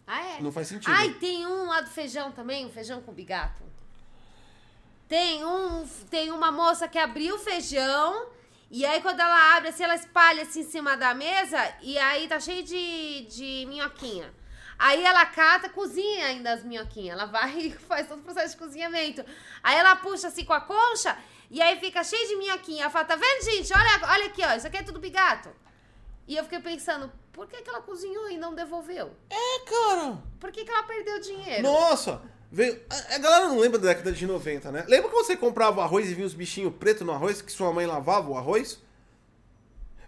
Ah, é? Não faz sentido. Ai, tem um lá do feijão também, um feijão com bigato. Tem um, tem uma moça que abriu o feijão e aí quando ela abre, assim, ela espalha assim em cima da mesa e aí tá cheio de, de minhoquinha. Aí ela cata, cozinha ainda as minhoquinhas. Ela vai e faz todo o processo de cozinhamento. Aí ela puxa assim com a concha e aí fica cheio de minhoquinha. Ela fala, tá vendo, gente? Olha, olha aqui, ó. Isso aqui é tudo bigato. E eu fiquei pensando, por que, que ela cozinhou e não devolveu? Cara, Por que, que ela perdeu dinheiro? nossa, veio. A, a galera não lembra da década de 90, né? Lembra quando você comprava arroz e vinha os bichinhos pretos no arroz, que sua mãe lavava o arroz?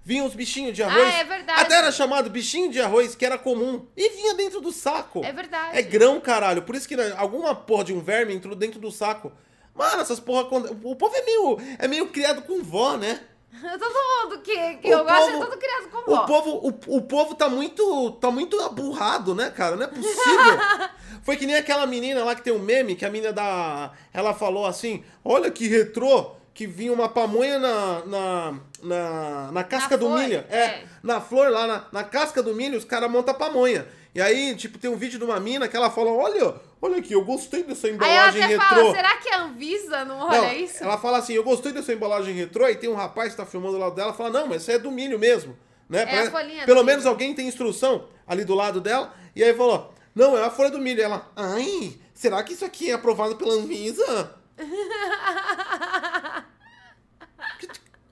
Vinha os bichinhos de arroz. é verdade. Até era chamado bichinho de arroz, que era comum. E vinha dentro do saco. É verdade. É grão, caralho. Por isso que né, alguma porra de um verme entrou dentro do saco. Mano, essas porra. aconte- O povo é meio, é meio criado com vó, né? todo mundo que, que O eu gosto é povo- todo criado com O vó. povo, o, o povo tá muito, tá muito aburrado, né, cara? Não é possível. Foi que nem aquela menina lá que tem um meme, que a menina da... Ela falou assim, olha que retrô, que vinha uma pamonha na, na, na, na casca do folha, milho. É, é. na flor lá, na, na casca do milho, os caras montam a pamonha. E aí, tipo, tem um vídeo de uma mina que ela fala, olha, olha aqui, eu gostei dessa Aí ela embalagem até retrô. fala, assim, será que a Anvisa não olha Não, isso? Ela fala assim: eu gostei dessa embalagem retrô, e tem um rapaz que tá filmando lá dela, fala: não, mas isso é do milho mesmo. Né? É a folhinha do pelo milho. menos alguém tem instrução ali do lado dela, e aí falou: não, é a folha do milho. E Ela, ai, será que isso aqui é aprovado pela Anvisa?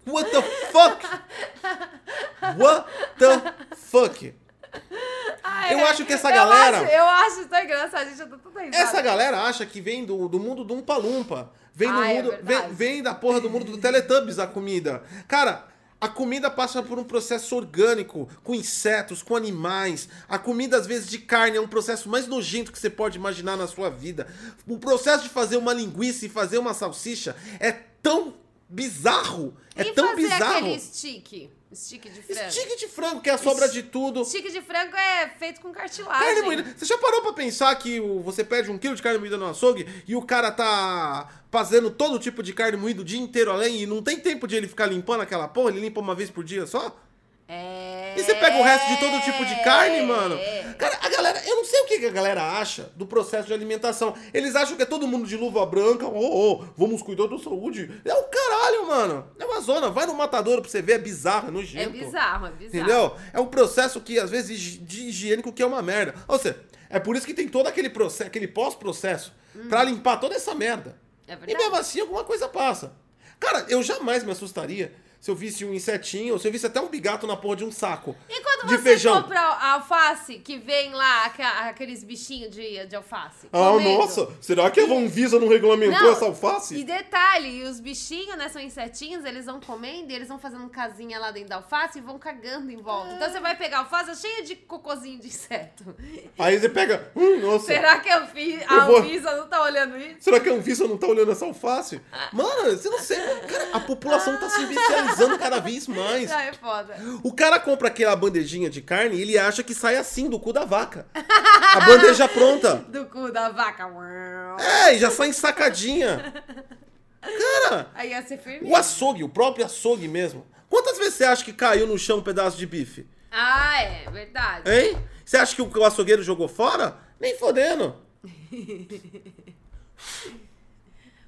What the fuck? What the fuck? Ai, eu ai, acho que essa galera- acho- É, eu acho tão engraçado, gente, eu tô toda risada. Essa galera acha que vem do, do mundo do Umpa-Lumpa. Vem, do Ah, é mundo, verdade. vem, vem da porra do mundo do Teletubbies a comida. Cara, a comida passa por um processo orgânico, com insetos, com animais. A comida, às vezes, de carne é um processo mais nojento que você pode imaginar na sua vida. O processo de fazer uma linguiça e fazer uma salsicha é tão bizarro. É e tão fazer bizarro. aquele stick? Stick de frango. Stick de frango, que é a sobra de tudo. Stick de frango é feito com cartilagem. Carne moída. Você já parou pra pensar que o- você pede um quilo de carne moída no açougue e o cara tá fazendo todo tipo de carne moída o dia inteiro além e não tem tempo de ele ficar limpando aquela porra? Ele limpa uma vez por dia só? É. E você pega o resto de todo tipo de carne, mano? É. Cara, a galera, eu não sei o que que a galera acha do processo de alimentação. Eles acham que é todo mundo de luva branca, ô, ô, vamos cuidar da saúde. É o caralho, mano. É uma zona. Vai no matadouro pra você ver, é bizarro, é nojento. É bizarro, é bizarro. Entendeu? É um processo que, às vezes, higi- de higiênico que é uma merda. Ou seja, é por isso que tem todo aquele processo, aquele pós-processo pra limpar toda essa merda. Uhum. É E verdade. mesmo assim, alguma coisa passa. Cara, eu jamais me assustaria se eu visse um insetinho, ou se eu visse até um bigato na porra de um saco. E quando de você feijão. compra a alface, que vem lá aqua- aqueles bichinhos de, de alface? Ah, comendo? nossa! Será que a Anvisa não regulamentou Não, essa alface? E detalhe, e os bichinhos, né, são insetinhos, eles vão comendo e eles vão fazendo casinha lá dentro da alface e vão cagando em volta. Então você vai pegar a alface cheia de cocôzinho de inseto. Aí você pega. Hum, nossa! Será que eu fiz, Então. Eu a vou- Anvisa não tá olhando isso? Será que a Anvisa não tá olhando essa alface? Ah. Mano, você não sei. Cara, a população tá se vicializando cada vez mais. Ah, é foda. O cara compra aquela bandejinha de carne e ele acha que sai assim do cu da vaca. A bandeja pronta. Do cu da vaca. É, e já sai ensacadinha. Cara, Aí ia ser firme. o açougue, o próprio açougue mesmo. Quantas vezes você acha que caiu no chão um pedaço de bife? Ah, é, verdade. Hein? Você acha que o açougueiro jogou fora? Nem fodendo.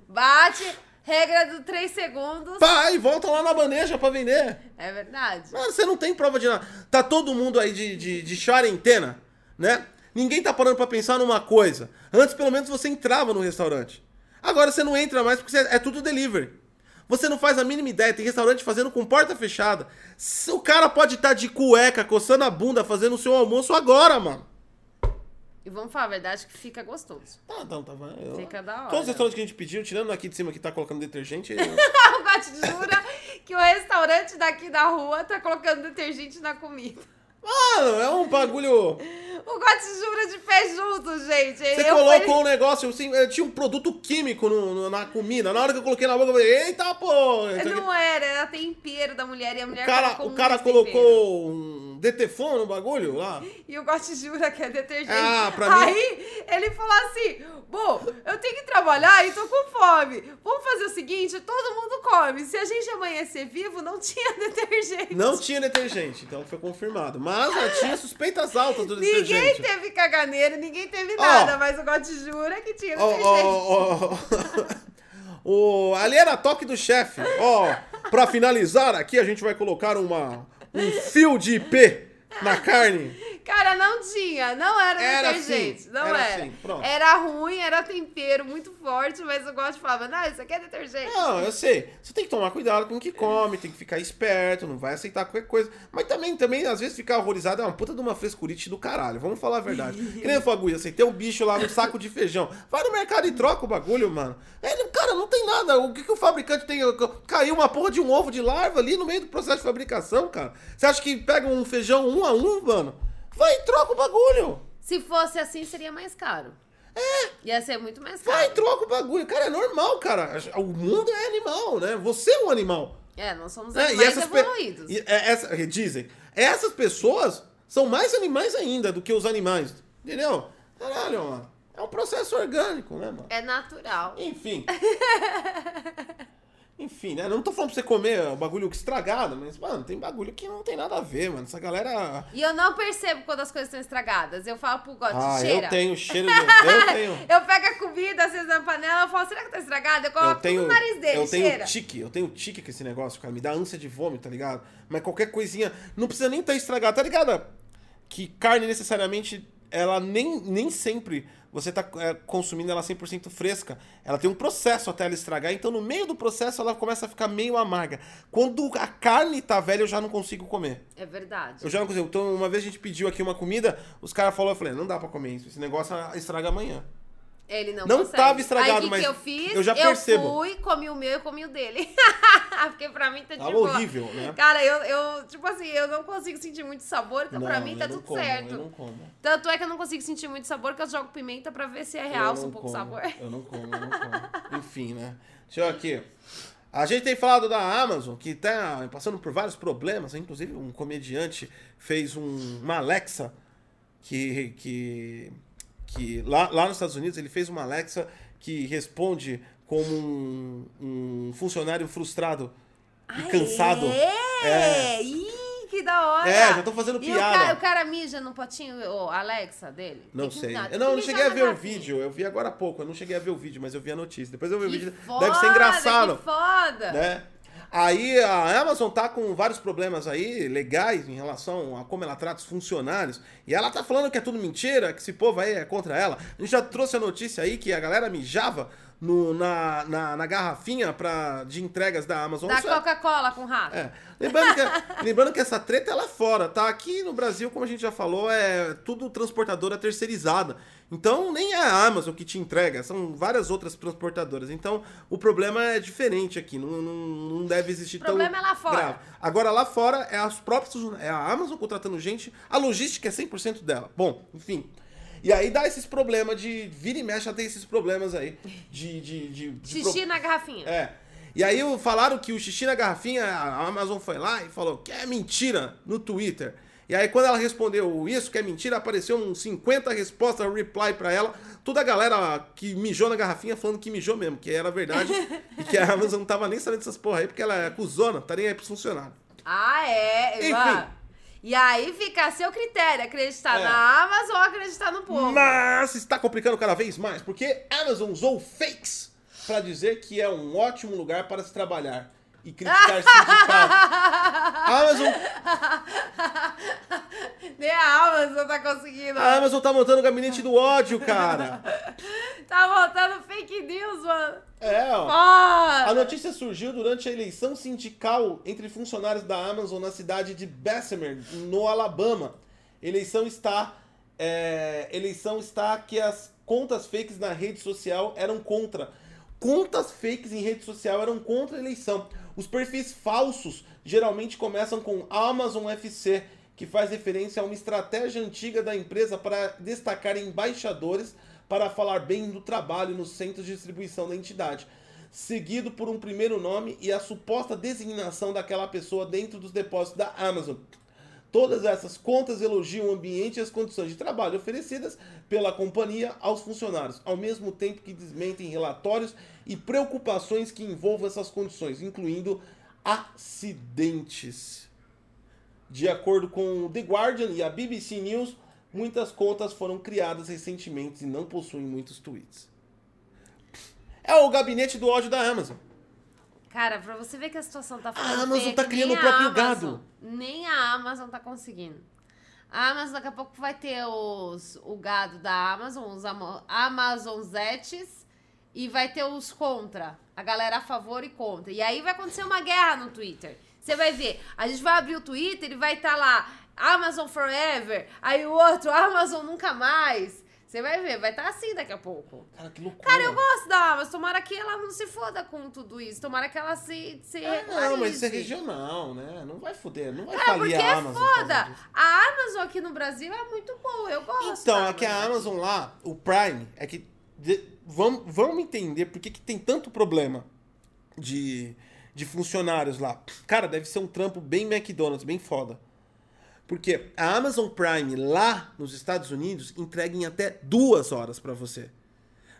Bate, regra do 3 segundos. Pá, e volta lá na bandeja pra vender. É verdade. Mano, Ah, você não tem prova de nada. Tá todo mundo aí de, de, de quarentena, né? Ninguém tá parando pra pensar numa coisa. Antes, pelo menos, você entrava no restaurante. Agora você não entra mais porque você- é tudo delivery. Você não faz a mínima ideia. Tem restaurante fazendo com porta fechada. Se- O cara pode estar de cueca, coçando a bunda, fazendo o seu almoço agora, mano. E vamos falar a verdade que fica gostoso. Tá, não, tá. vai, eu- Fica da hora. Todos os restaurantes que a gente pediu, tirando aqui de cima que tá colocando detergente. eu- O Gotti jura que o restaurante daqui da rua tá colocando detergente na comida. Mano, é um bagulho. O Gotti jura de pé junto, gente. Você colocou um negócio, assim, eh, tinha um produto químico no- no- na comida. Na hora que eu coloquei na boca, eu falei, eita, pô! isso aqui- Não era, era tempero da mulher e a mulher o cara, colocou o um cara monte de tempero. colocou um detefon no bagulho lá. E o Gotti jura que é detergente. Ah, pra mim- Aí ele falou assim: Bom, eu tenho que trabalhar e tô com fome. Vamos fazer o seguinte: todo mundo come. Se a gente amanhecer vivo, não tinha detergente. Não tinha detergente, então foi confirmado. Mas ah, tinha suspeitas altas do Ninguém detergente. teve caganeiro, ninguém teve Ó. nada, mas o Gotti jura que tinha Ó, detergente. ó, ó, ó. O- ali era toque do chefe. Ó, pra finalizar aqui, a gente vai colocar uma, um fio de IP na carne. Cara, não tinha, não era, Era detergente, assim, não era era. assim, pronto. Era ruim, era tempero muito forte, mas o Gotti falava, não, isso aqui é detergente. Não, eu sei. Você tem que tomar cuidado com o que come, tem que ficar esperto, não vai aceitar qualquer coisa. Mas também, também às vezes, ficar horrorizado é uma puta de uma frescurite do caralho. Vamos falar a verdade. Que nem eu falo, Gui, assim, tem um bicho lá no saco de feijão. Vai no mercado e troca o bagulho, mano. É, Ele, cara, não tem nada. O que, que o fabricante tem? Caiu uma porra de um ovo de larva ali no meio do processo de fabricação, cara. Você acha que pega um feijão um a um, mano? Vai e troca o bagulho. Se fosse assim, seria mais caro. É. Ia ser muito mais caro. Vai e troca o bagulho. Cara, é normal, cara. O mundo é animal, né? Você é um animal. É, nós somos É, animais e essas pe- evoluídos. e- é- essa- e dizem, essas pessoas são mais animais ainda do que os animais. Entendeu? Caralho, mano. É um processo orgânico, né, mano? É natural. Enfim. Enfim, né? Não tô falando pra você comer o bagulho estragado, mas, mano, tem bagulho que não tem nada a ver, mano. Essa galera. E eu não percebo quando as coisas estão estragadas. Eu falo pro Gotti, Ah, cheira. eu tenho cheiro de. Eu tenho. Eu pego a comida, às vezes, na panela, eu falo, será que tá estragada? Eu Eu coloco tudo tenho, no nariz dele, eu cheira. tenho tique, eu tenho tique com esse negócio, cara. Me dá ânsia de vômito, tá ligado? Mas qualquer coisinha. Não precisa nem estar estragado, tá ligado? Que carne necessariamente, ela nem, nem sempre você tá é, consumindo ela 100% fresca. Ela tem um processo até ela estragar, então no meio do processo ela começa a ficar meio amarga. Quando a carne tá velha, eu já não consigo comer. É verdade. Eu já não consigo. Então, uma vez a gente pediu aqui uma comida, os caras falaram, eu falei, não dá pra comer isso, esse negócio estraga amanhã. Ele não Não consegue. tava estragado, Aí, que mas que eu fiz? eu já percebo. fui, comi o meu e comi o dele. Porque pra mim tá de Tava boa. horrível, né? Cara, eu, eu, tipo assim, eu não consigo sentir muito sabor, então pra Não, mim eu tá não tudo como, certo. Eu não como. Tanto é que eu não consigo sentir muito sabor, que eu jogo pimenta pra ver se é Eu realça não um pouco o como, sabor. Eu não como, eu não como. Enfim, né? Deixa eu aqui. A gente tem falado da Amazon, que tá passando por vários problemas. Inclusive, um comediante fez um, uma Alexa que. que, que lá, lá nos Estados Unidos, ele fez uma Alexa que responde como um, Ah, um funcionário frustrado e cansado. É! Ih, que da hora. É, já tô fazendo E o piada. cara, o cara mija no potinho, o Alexa dele? Não Tem É que- sei. tem eu não, que não mijar cheguei a na ver o garrafinha. vídeo. Eu vi agora há pouco. Eu não cheguei a ver o vídeo, mas eu vi a notícia. Depois eu vi o Que vídeo. foda, Deve ser engraçado. Que foda. né? Aí a Amazon tá com vários problemas aí legais em relação a como ela trata os funcionários. E ela tá falando que é tudo mentira, que esse povo aí é contra ela. A gente já trouxe a notícia aí que a galera mijava no- na, na, na garrafinha pra, de entregas da Amazon. Da Isso é- Coca-Cola com rato. é. Lembrando, que, lembrando que essa treta ela é fora, tá? Aqui no Brasil, como a gente já falou, é tudo transportadora terceirizada. Então nem é a Amazon que te entrega, são várias outras transportadoras. Então o problema é diferente aqui, não, não, não deve existir O problema tão é lá fora. grave. Agora lá fora é as próprias é a Amazon contratando gente, a logística é 100% dela. Bom, enfim. E aí dá esses problemas de vira e mexe, já tem esses problemas aí de, de, de, de pro- Xixi na garrafinha. é. E aí o- falaram que o xixi na garrafinha, a Amazon foi lá e falou que é mentira no Twitter. E aí quando ela respondeu isso, que é mentira, apareceu uns 50 respostas, reply pra ela. Toda a galera que mijou na garrafinha falando que mijou mesmo, que era verdade. e que a Amazon não tava nem sabendo dessas porra aí, porque ela é cuzona, tá nem aí pros funcionários. Ah, é. Enfim. Ivan. E aí fica a seu critério, acreditar É. na Amazon ou acreditar no povo. Mas está complicando cada vez mais, porque Amazon usou fakes pra dizer que é um ótimo lugar para se trabalhar e criticar sindicatos. A Amazon Nem a Amazon tá conseguindo. A Amazon tá montando o gabinete do ódio, cara. Tá voltando fake news, mano. É, ó. A Foda. notícia surgiu durante a eleição sindical entre funcionários da Amazon na cidade de Bessemer, no Alabama. Eleição está, é, eleição está que as contas fakes na rede social eram contra. Contas fakes em rede social eram contra a eleição. Os perfis falsos geralmente começam com Amazon FC, que faz referência a uma estratégia antiga da empresa para destacar embaixadores para falar bem do trabalho nos centros de distribuição da entidade seguido por um primeiro nome e a suposta designação daquela pessoa dentro dos depósitos da Amazon. Todas essas contas elogiam o ambiente e as condições de trabalho oferecidas pela companhia aos funcionários, ao mesmo tempo que desmentem relatórios e preocupações que envolvam essas condições, incluindo acidentes. De acordo com o The Guardian e a BBC News, muitas contas foram criadas recentemente e não possuem muitos tweets. É o gabinete do ódio da Amazon. Cara, pra você ver que a situação tá ficando Amazon feia, tá que criando nem o próprio a Amazon- gado. Nem a Amazon tá conseguindo. A Amazon daqui a pouco vai ter os, o gado da Amazon, os ama- Amazonzetes, e vai ter os contra. A galera a favor e contra. E aí vai acontecer uma guerra no Twitter. Você vai ver. A gente vai abrir o Twitter e vai estar lá Amazon Forever, aí o outro Amazon Nunca Mais. Você vai ver, vai estar assim daqui a pouco. Cara, que loucura. Cara, eu gosto da Amazon. Tomara que ela não se foda com tudo isso. Tomara que ela se. se Ah, não, mas isso é regularize. regional, né? Não vai foder, não vai Cara, falir porque a é Amazon. tá por causa foda. disso. A Amazon aqui no Brasil é muito boa. Eu gosto. Então, da é que a Amazon lá, o Prime, é que. de- vamos, vamos entender por que, que tem tanto problema de, de funcionários lá. Cara, deve ser um trampo bem McDonald's, bem foda. Porque a Amazon Prime lá nos Estados Unidos entrega em até duas horas pra você.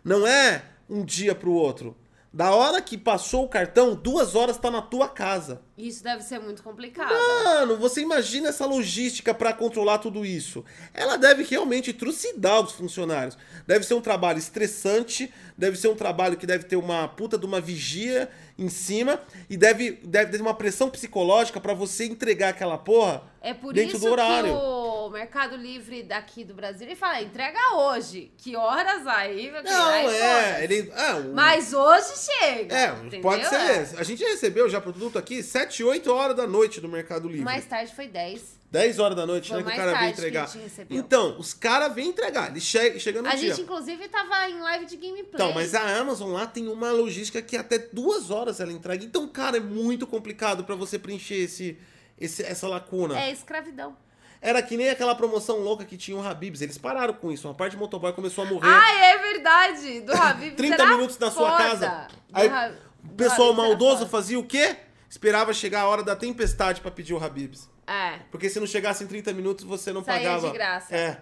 Não é um dia pro outro. Da hora que passou o cartão, duas horas tá na tua casa. Isso deve ser muito complicado. Mano, você imagina essa logística pra controlar tudo isso? Ela deve realmente trucidar os funcionários. Deve ser um trabalho estressante, deve ser um trabalho que deve ter uma puta de uma vigia em cima e deve deve ter uma pressão psicológica pra você entregar aquela porra É por dentro isso do horário. que o Mercado Livre daqui do Brasil ele fala: entrega hoje. Que horas aí? meu filho? Aí, Não, foda. é, ele, ah, o- Mas hoje chega. é, entendeu? pode ser. É. A gente já recebeu já produto aqui 7, 8 horas da noite do Mercado Livre. Mais tarde foi 10. 10 horas da noite, Foi né, que o mais cara vem tarde que a entregar. gente recebeu. Então, os caras vêm entregar, eles che chegam no A dia. gente, inclusive, tava em live de gameplay. É Então, mas a Amazon lá tem uma logística que até duas horas ela entrega. Então, cara, é muito complicado pra você preencher esse, esse- essa lacuna. É escravidão. Era que nem aquela promoção louca que tinha o Habibs. Eles pararam com isso. Uma parte de motoboy começou a morrer. Ah, é verdade. Do Habib 30 será minutos da sua foda. casa. Do Aí, Ra- o do pessoal Habib será maldoso foda. fazia o quê? Esperava chegar a hora da tempestade pra pedir o Habibs. É. Porque se não chegasse em 30 minutos, você não Saía de pagava. graça. É.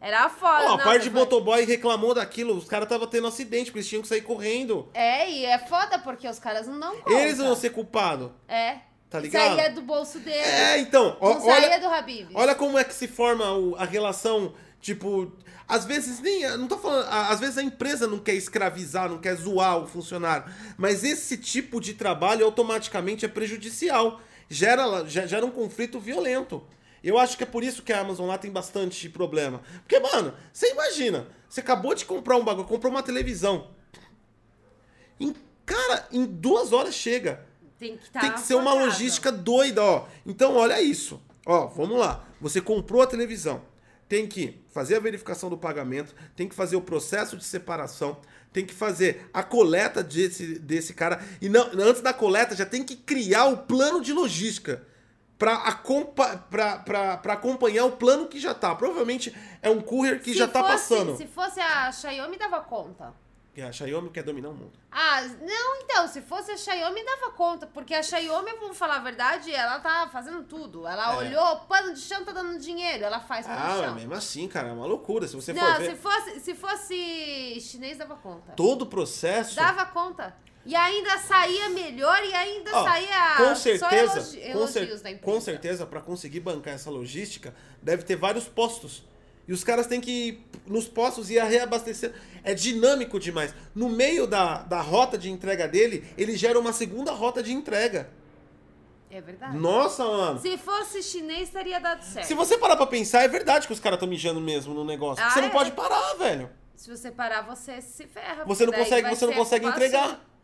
Era foda. Ó, a não, parte de foi- motoboy reclamou daquilo. Os caras estavam tendo acidente, porque eles tinham que sair correndo. É, e é foda porque os caras não dão conta. Eles vão ser culpados. É. Tá ligado? Saía do bolso dele. É, então. ó- não saía olha, do Habib. olha como é que se forma o- a relação. Tipo, às vezes nem. Não tô falando. a- Às vezes a empresa não quer escravizar, não quer zoar o funcionário. Mas esse tipo de trabalho automaticamente é prejudicial. Gera, lá- ge- gera um conflito violento. Eu acho que é por isso que a Amazon lá tem bastante problema. Porque, mano, você imagina. Você acabou de comprar um bagulho, comprou uma televisão. Em- cara, em duas horas chega. Tem que tá estar. Tem que ser uma logística doida, ó. Então, olha isso. Ó, vamos lá. Você comprou a televisão. Tem que fazer a verificação do pagamento, tem que fazer o processo de separação, tem que fazer a coleta desse, desse cara. E não, antes da coleta, já tem que criar o plano de logística para acompanhar o plano que já tá. Provavelmente é um courier que já tá passando. Se fosse a Xiaomi, dava conta. Que A Xiaomi quer dominar o mundo. Ah, não, então, se fosse a Xiaomi, dava conta. Porque a Xiaomi, vamos falar a verdade, ela tá fazendo tudo. Ela É. olhou, pano de chão tá dando dinheiro, ela faz pano de Ah, chão. mas mesmo assim, cara, é uma loucura. Se você não, for ver, se fosse, se fosse chinês, dava conta. todo o processo... Dava conta. E ainda saía melhor e ainda Ó, saía. com é Só certeza, elogi- com, elogios cer- da empresa. com certeza, para conseguir bancar essa logística, deve ter vários postos. E os caras têm que ir nos postos e ir reabastecer. É dinâmico demais. No meio da, da rota de entrega dele, ele gera uma segunda rota de entrega. É verdade. Nossa, mano. Se fosse chinês, teria dado certo. Se você parar pra pensar, é verdade que os caras estão mijando mesmo no negócio. Ah, você não é? pode parar, velho. Se você parar, você se ferra. Você não daí consegue, vai você não ser tipo assim. consegue fácil. entregar.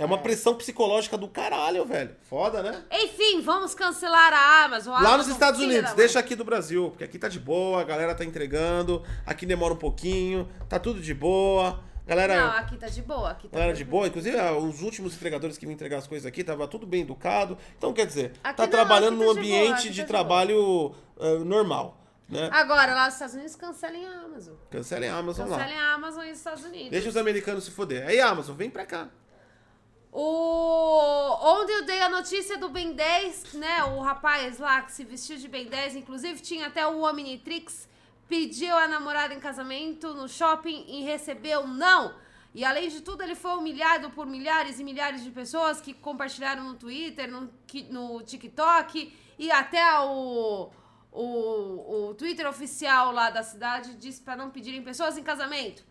É uma pressão psicológica do caralho, velho. Foda, né? Enfim, vamos cancelar a Amazon. A Lá nos Amazon, Estados filha Unidos, da mãe. deixa aqui do Brasil, porque aqui tá de boa, a galera tá entregando, aqui demora um pouquinho, tá tudo de boa, Não, galera, aqui tá de boa. Aqui tá galera de boa, inclusive ah, os últimos entregadores que vinham entregar as coisas aqui, tava tudo bem educado, então quer dizer, Aqui tá não, trabalhando aqui tá num de boa, ambiente aqui de tá de trabalho ah, normal, né? Agora, lá nos Estados Unidos, cancelem a Amazon. Cancelem a Amazon lá, Cancelem a Amazon e os Estados Unidos. deixa os americanos se foder, aí Amazon, vem pra cá. O... Onde eu dei a notícia do Ben 10, né? O rapaz lá que se vestiu de Ben 10, inclusive tinha até o Omnitrix, pediu a namorada em casamento no shopping e recebeu não. E além de tudo, ele foi humilhado por milhares e milhares de pessoas que compartilharam no Twitter, no, que- no TikTok e até o, o, o Twitter oficial lá da cidade disse para não pedirem pessoas em casamento.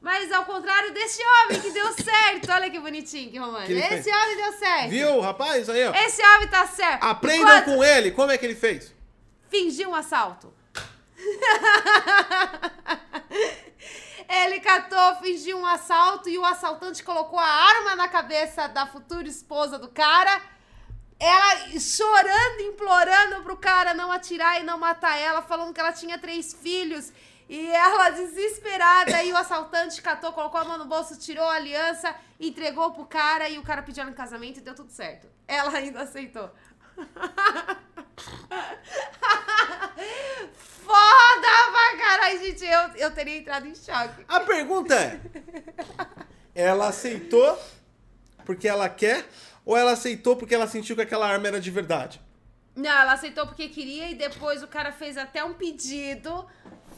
Mas ao contrário desse homem que deu certo. Olha que bonitinho, que romântico. Que ele Esse fez. homem deu certo. Viu, rapaz, aí ó, Esse homem tá certo. aprendam Enquanto com ele, como é que ele fez? Fingiu um assalto. Ele catou, fingiu um assalto e o assaltante colocou a arma na cabeça da futura esposa do cara. Ela chorando, implorando pro cara não atirar e não matar ela, falando que ela tinha três filhos. E ela desesperada, e o assaltante catou, colocou a mão no bolso, tirou a aliança, entregou pro cara e o cara pediu ela em casamento e deu tudo certo. Ela ainda aceitou. Foda pra caralho, gente. Eu, eu teria entrado em choque. A pergunta é: ela aceitou porque ela quer ou ela aceitou porque ela sentiu que aquela arma era de verdade? Não, ela aceitou porque queria e depois o cara fez até um pedido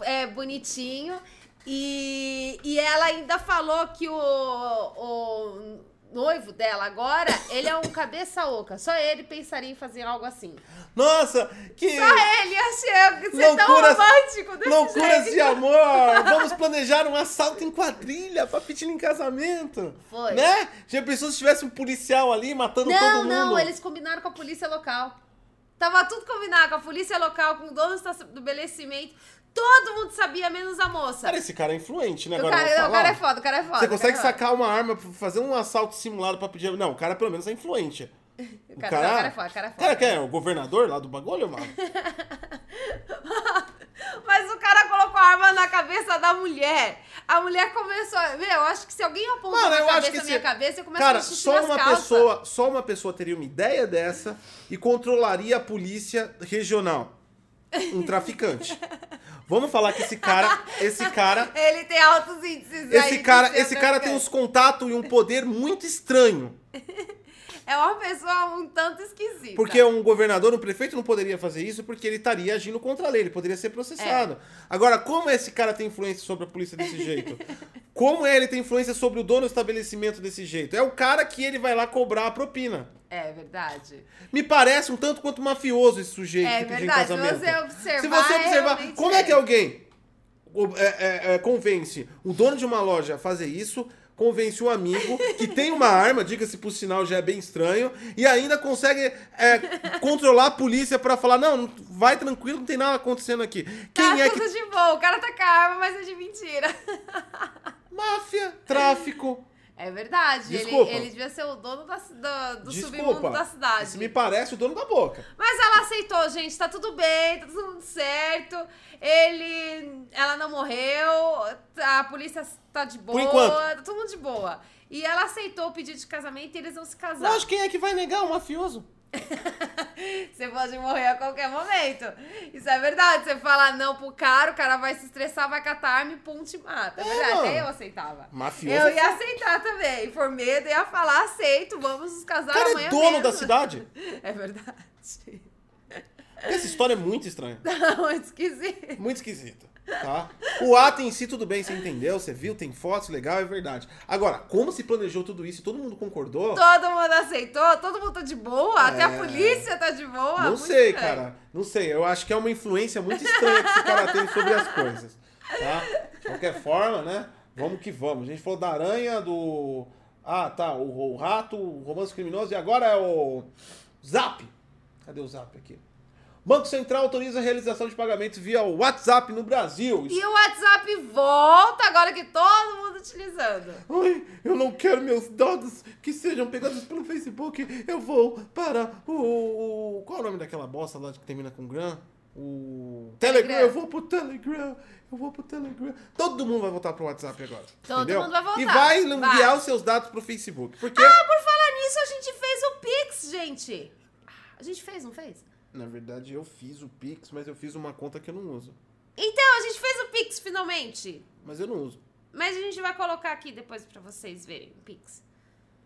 é, bonitinho. E, e ela ainda falou que o, o noivo dela agora, ele é um cabeça oca. Só ele pensaria em fazer algo assim. Nossa, que Só ele, achei que você é tão Loucuras- romântico desse loucuras jeito. de amor! Vamos planejar um assalto em quadrilha pra pedir em casamento. Foi. Né? Já pensou se tivesse um policial ali matando todo Não, mundo? não, eles combinaram com a polícia local. Tava tudo combinado com a polícia local, com o dono do esta- do estabelecimento. Todo mundo sabia, menos a moça. Cara, esse cara é influente, né? O Agora eu vou cara, não, o falar. cara é foda, o cara é foda. Você o cara consegue é foda. sacar uma arma, pra fazer um assalto simulado pra pedir. Não, o cara pelo menos é influente. O cara, não, o cara é foda, o cara é O foda. cara que é o governador lá do bagulho, mano? Mas o cara colocou a arma na cabeça da mulher. A mulher começou. a- Meu, eu acho que se alguém apontar Mano, na eu cabeça acho que na se- minha cabeça, eu começo Cara, a xixi só nas uma calças. pessoa, só uma pessoa teria uma ideia dessa e controlaria a polícia regional. Um traficante. Vamos falar que esse cara, esse cara, Ele tem altos índices. aí esse de cara, ser esse cara tem traficante. uns contatos e um poder muito estranho, É uma pessoa um tanto esquisita. porque um governador, um prefeito não poderia fazer isso porque ele estaria agindo É. contra a lei, ele poderia ser processado. Agora, como esse cara tem influência sobre a polícia desse jeito? Como ele tem influência sobre o dono do estabelecimento desse jeito? É o cara que ele vai lá cobrar a propina. É verdade. Me parece um tanto quanto mafioso esse sujeito É que pediu em verdade, se casamento. você observar, Se você observar, realmente como é que é. alguém o- é- é- é, convence o dono de uma loja a fazer isso, convence um amigo que tem uma arma, diga-se por sinal já é bem estranho, e ainda consegue é, controlar a polícia pra falar, não, vai tranquilo, não tem nada acontecendo aqui. Quem tá é que... tudo de boa. O cara tá com a arma, mas é de mentira. Máfia, tráfico... É verdade. Ele, Desculpa. ele devia ser o dono da ci- da- do submundo Desculpa, da cidade. isso me parece o dono da boca. Mas ela aceitou, gente. Tá tudo bem, tá tudo certo. Ele. Ela não morreu. A polícia tá de boa. enquanto. Tá todo mundo de boa. E ela aceitou o pedido de casamento e eles vão se casar. Lógico, quem é que vai negar um mafioso? Você pode morrer a qualquer momento. Isso é verdade. Você fala não pro cara, o cara vai se estressar, vai catar arma e pum, te mata. É É, verdade. mano. Até eu aceitava. Mafioso Eu é ia aceitar também. Por medo, eu ia falar, aceito, vamos nos casar O cara amanhã é dono mesmo. da cidade. É verdade. Essa história é muito estranha. Não, é esquisito. Muito esquisita, tá? O ato em si, tudo bem, você entendeu, você viu, tem fotos, legal, é verdade. Agora, como se planejou tudo isso e todo mundo concordou, Todo mundo aceitou, todo mundo tá de boa, até a É. polícia tá de boa. não muito sei, estranho. cara. Não sei, eu acho que é uma influência muito estranha que esse cara tem sobre as coisas, tá? De qualquer forma, né? Vamos que vamos. A gente falou da aranha, do... Ah, tá, o, o rato, o romance criminoso e agora é o Zap. Cadê o Zap aqui? Banco Central autoriza a realização de pagamentos via WhatsApp no Brasil. E o WhatsApp volta agora que todo mundo utilizando. Ai, eu não quero meus dados que sejam pegados pelo Facebook. Eu vou para o. o- qual é o nome daquela bosta lá que termina com Gram? O. Telegram. Telegram. Eu vou pro Telegram. Eu vou pro Telegram. Todo mundo vai voltar pro WhatsApp agora. Todo entendeu? mundo vai voltar. E vai enviar Vai. os seus dados pro Facebook. Porque, Ah, por falar nisso, a gente fez o Pix, gente. A gente fez, não fez? na verdade, eu fiz o Pix, mas eu fiz uma conta que eu não uso. Então, a gente fez o Pix finalmente. Mas eu não uso. Mas a gente vai colocar aqui depois pra vocês verem o Pix.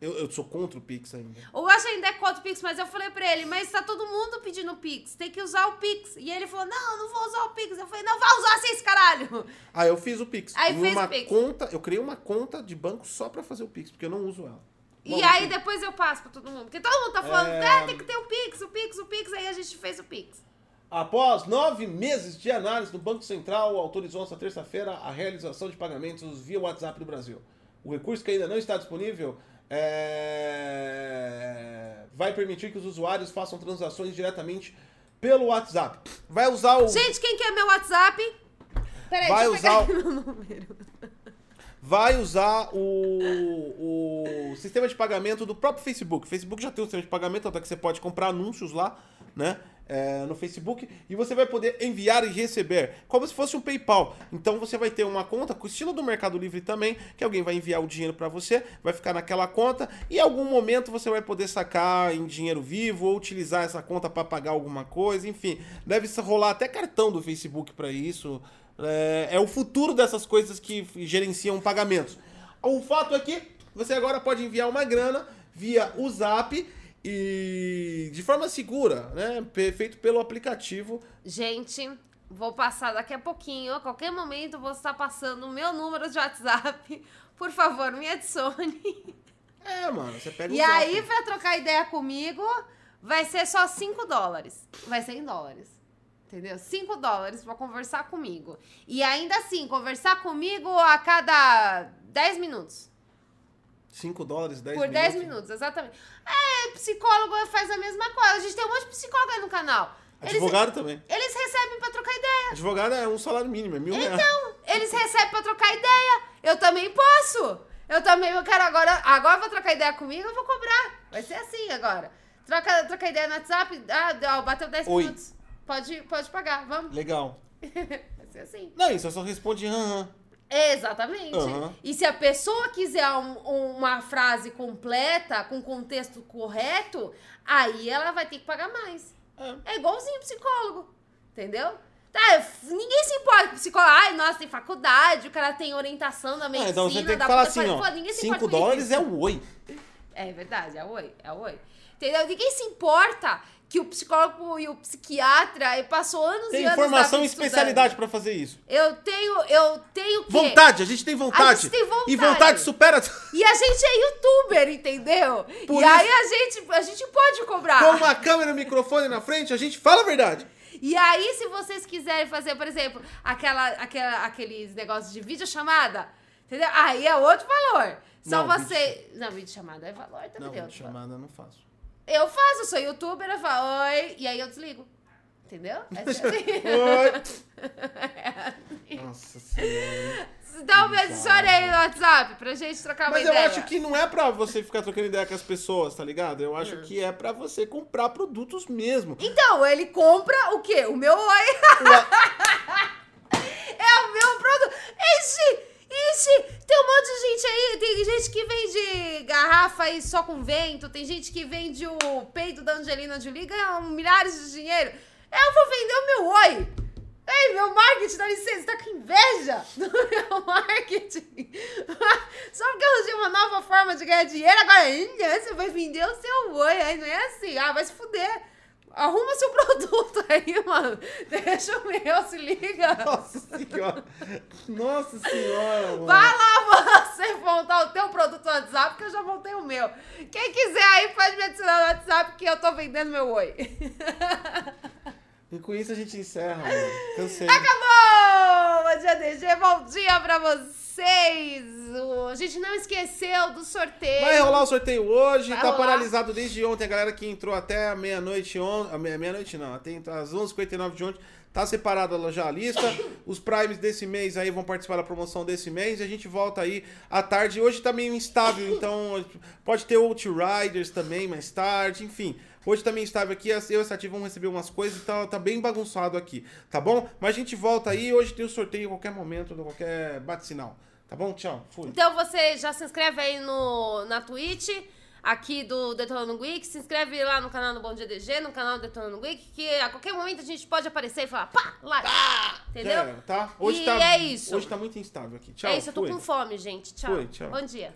Eu, eu sou contra o Pix ainda. O Guaxa ainda é contra o Pix, mas eu falei pra ele, mas tá todo mundo pedindo Pix, tem que usar o Pix. E ele falou, não, não vou usar o Pix. Eu falei, não, vai usar sim, esse caralho. Ah, eu fiz o Pix. Aí Em fez o uma Pix. conta, eu criei uma conta de banco só pra fazer o Pix, porque eu não uso ela. E Bom, aí enfim. depois eu passo pra todo mundo, porque todo mundo tá falando, É. "Ah, tem que ter o Pix, o Pix, o Pix, aí a gente fez o Pix. Após nove meses de análise do Banco Central, autorizou esta terça-feira a realização de pagamentos via WhatsApp no Brasil. O recurso que ainda não está disponível é, vai permitir que os usuários façam transações diretamente pelo WhatsApp. Vai usar o, Gente, quem quer meu WhatsApp? Peraí, Vai deixa eu pegar usar o- aqui meu número. vai usar o, o sistema de pagamento do próprio Facebook. O Facebook já tem um sistema de pagamento, até que você pode comprar anúncios lá, né? é, no Facebook, e você vai poder enviar e receber, como se fosse um PayPal. Então você vai ter uma conta, com o estilo do Mercado Livre também, que alguém vai enviar o dinheiro para você, vai ficar naquela conta, e em algum momento você vai poder sacar em dinheiro vivo ou utilizar essa conta para pagar alguma coisa, enfim. Deve rolar até cartão do Facebook para isso. É, é o futuro dessas coisas que f- gerenciam pagamentos. O fato é que você agora pode enviar uma grana via o Zap e de forma segura, né? Pe- Feito pelo aplicativo. Gente, vou passar daqui a pouquinho. A qualquer momento vou estar passando o meu número de WhatsApp. Por favor, me adicione. É, mano, você pega E o Zap. aí, pra trocar ideia comigo, vai ser só 5 dólares. Vai ser em dólares. Entendeu? 5 dólares pra conversar comigo. E ainda assim, conversar comigo a cada 10 minutos. 5 dólares, 10 Por 10 minutos, exatamente. É, psicólogo faz a mesma coisa. A gente tem um monte de psicólogo aí no canal. Eles, Advogado também. eles recebem pra trocar ideia. Advogado é um salário mínimo, é mil reais. Então, eles recebem pra trocar ideia. Eu também posso. Eu também, eu quero agora. Agora vou trocar ideia comigo, eu vou cobrar. Vai ser assim agora. Troca, troca ideia no WhatsApp. Ah, deu- bateu 10 Oi. minutos. Pode, pode pagar, vamos. Legal. Vai ser assim. Não, isso eu só responde aham. Exatamente. Aham. E se a pessoa quiser um- um- uma frase completa, com contexto correto, aí ela vai ter que pagar mais. É. É igualzinho psicólogo, entendeu? Tá, f- ninguém se importa com psicólogo. Ai, nossa, tem faculdade, o cara tem orientação da medicina. Ah, então você tem que da falar puta- assim, Pô, ó. ninguém se 5 importa com dólares um isso. é o oi. É verdade, é oi, é oi. Entendeu? Ninguém se importa que o psicólogo e o psiquiatra e passou anos e Tem anos. da formação e vida estudando. especialidade pra fazer isso. Eu tenho, eu tenho que. Vontade, a gente tem vontade. gente tem vontade. E vontade supera. E a gente é youtuber, entendeu? Por e isso- aí a gente, a gente pode cobrar. Com uma câmera e um microfone na frente, a gente fala a verdade. E aí, se vocês quiserem fazer, por exemplo, aquela, aquela, aqueles negócios de videochamada, entendeu? Aí é outro valor. Só Não, você. Não, videochamada é valor também. Não, é outro valor. chamada eu não faço. Eu faço, eu sou youtuber, eu falo, oi, e aí eu desligo. Entendeu? É assim. Oi. Nossa senhora. Dá um beijo chore aí no WhatsApp pra gente trocar uma Mas eu ideia. acho que não é pra você ficar trocando ideia com as pessoas, tá ligado? Eu Hum. acho que é pra você comprar produtos mesmo. Então, ele compra o quê? O meu oi. é o meu produto. Ixi, ixi, tem um monte de gente aí. Tem gente que vende garrafa aí só com vento. Tem gente que vende o peito da Angelina Jolie e ganha milhares de dinheiro. Eu vou vender o meu oi. Ei, meu marketing, dá licença, tá com inveja do meu marketing. Só porque eu usei uma nova forma de ganhar dinheiro, agora ainda você vai vender o seu oi. Aí não é assim, ah, vai se fuder. Arruma seu produto aí, mano. Deixa o meu, se liga. Nossa senhora. Nossa senhora, mano. Vai lá você montar o teu produto no WhatsApp, que eu já montei o meu. Quem quiser aí pode me adicionar no WhatsApp, que eu tô vendendo meu oi. E com isso a gente encerra, mano. Cansei. Acabou! Bom dia, DG. Bom dia pra vocês. O- A gente não esqueceu do sorteio. Vai rolar o sorteio hoje, Vai tá rolar. paralisado desde ontem. A galera que entrou até a meia-noite, on... a meia- meia-noite não, até às 11h59 de ontem, tá separada lá já a lista. Os primes desse mês aí vão participar da promoção desse mês e a gente volta aí à tarde. Hoje tá meio instável, então pode ter Outriders também mais tarde, enfim. Hoje também estava aqui, eu e a Sati vão receber umas coisas e tá, tá bem bagunçado aqui, tá bom? Mas a gente volta aí, hoje tem o sorteio a qualquer momento, a qualquer bate-sinal, tá bom? Tchau, fui. Então você já se inscreve aí no, na Twitch, aqui do Detonando Geek. Se inscreve lá no canal do Bom Dia DG, no canal do Detonando Geek, que a qualquer momento a gente pode aparecer e falar pá, lá. Ah, Entendeu? Galera, tá? Hoje E tá, é isso. Hoje tá muito instável aqui. Tchau. é isso, eu tô fui. com fome, gente. Tchau. Fui, tchau. Bom dia.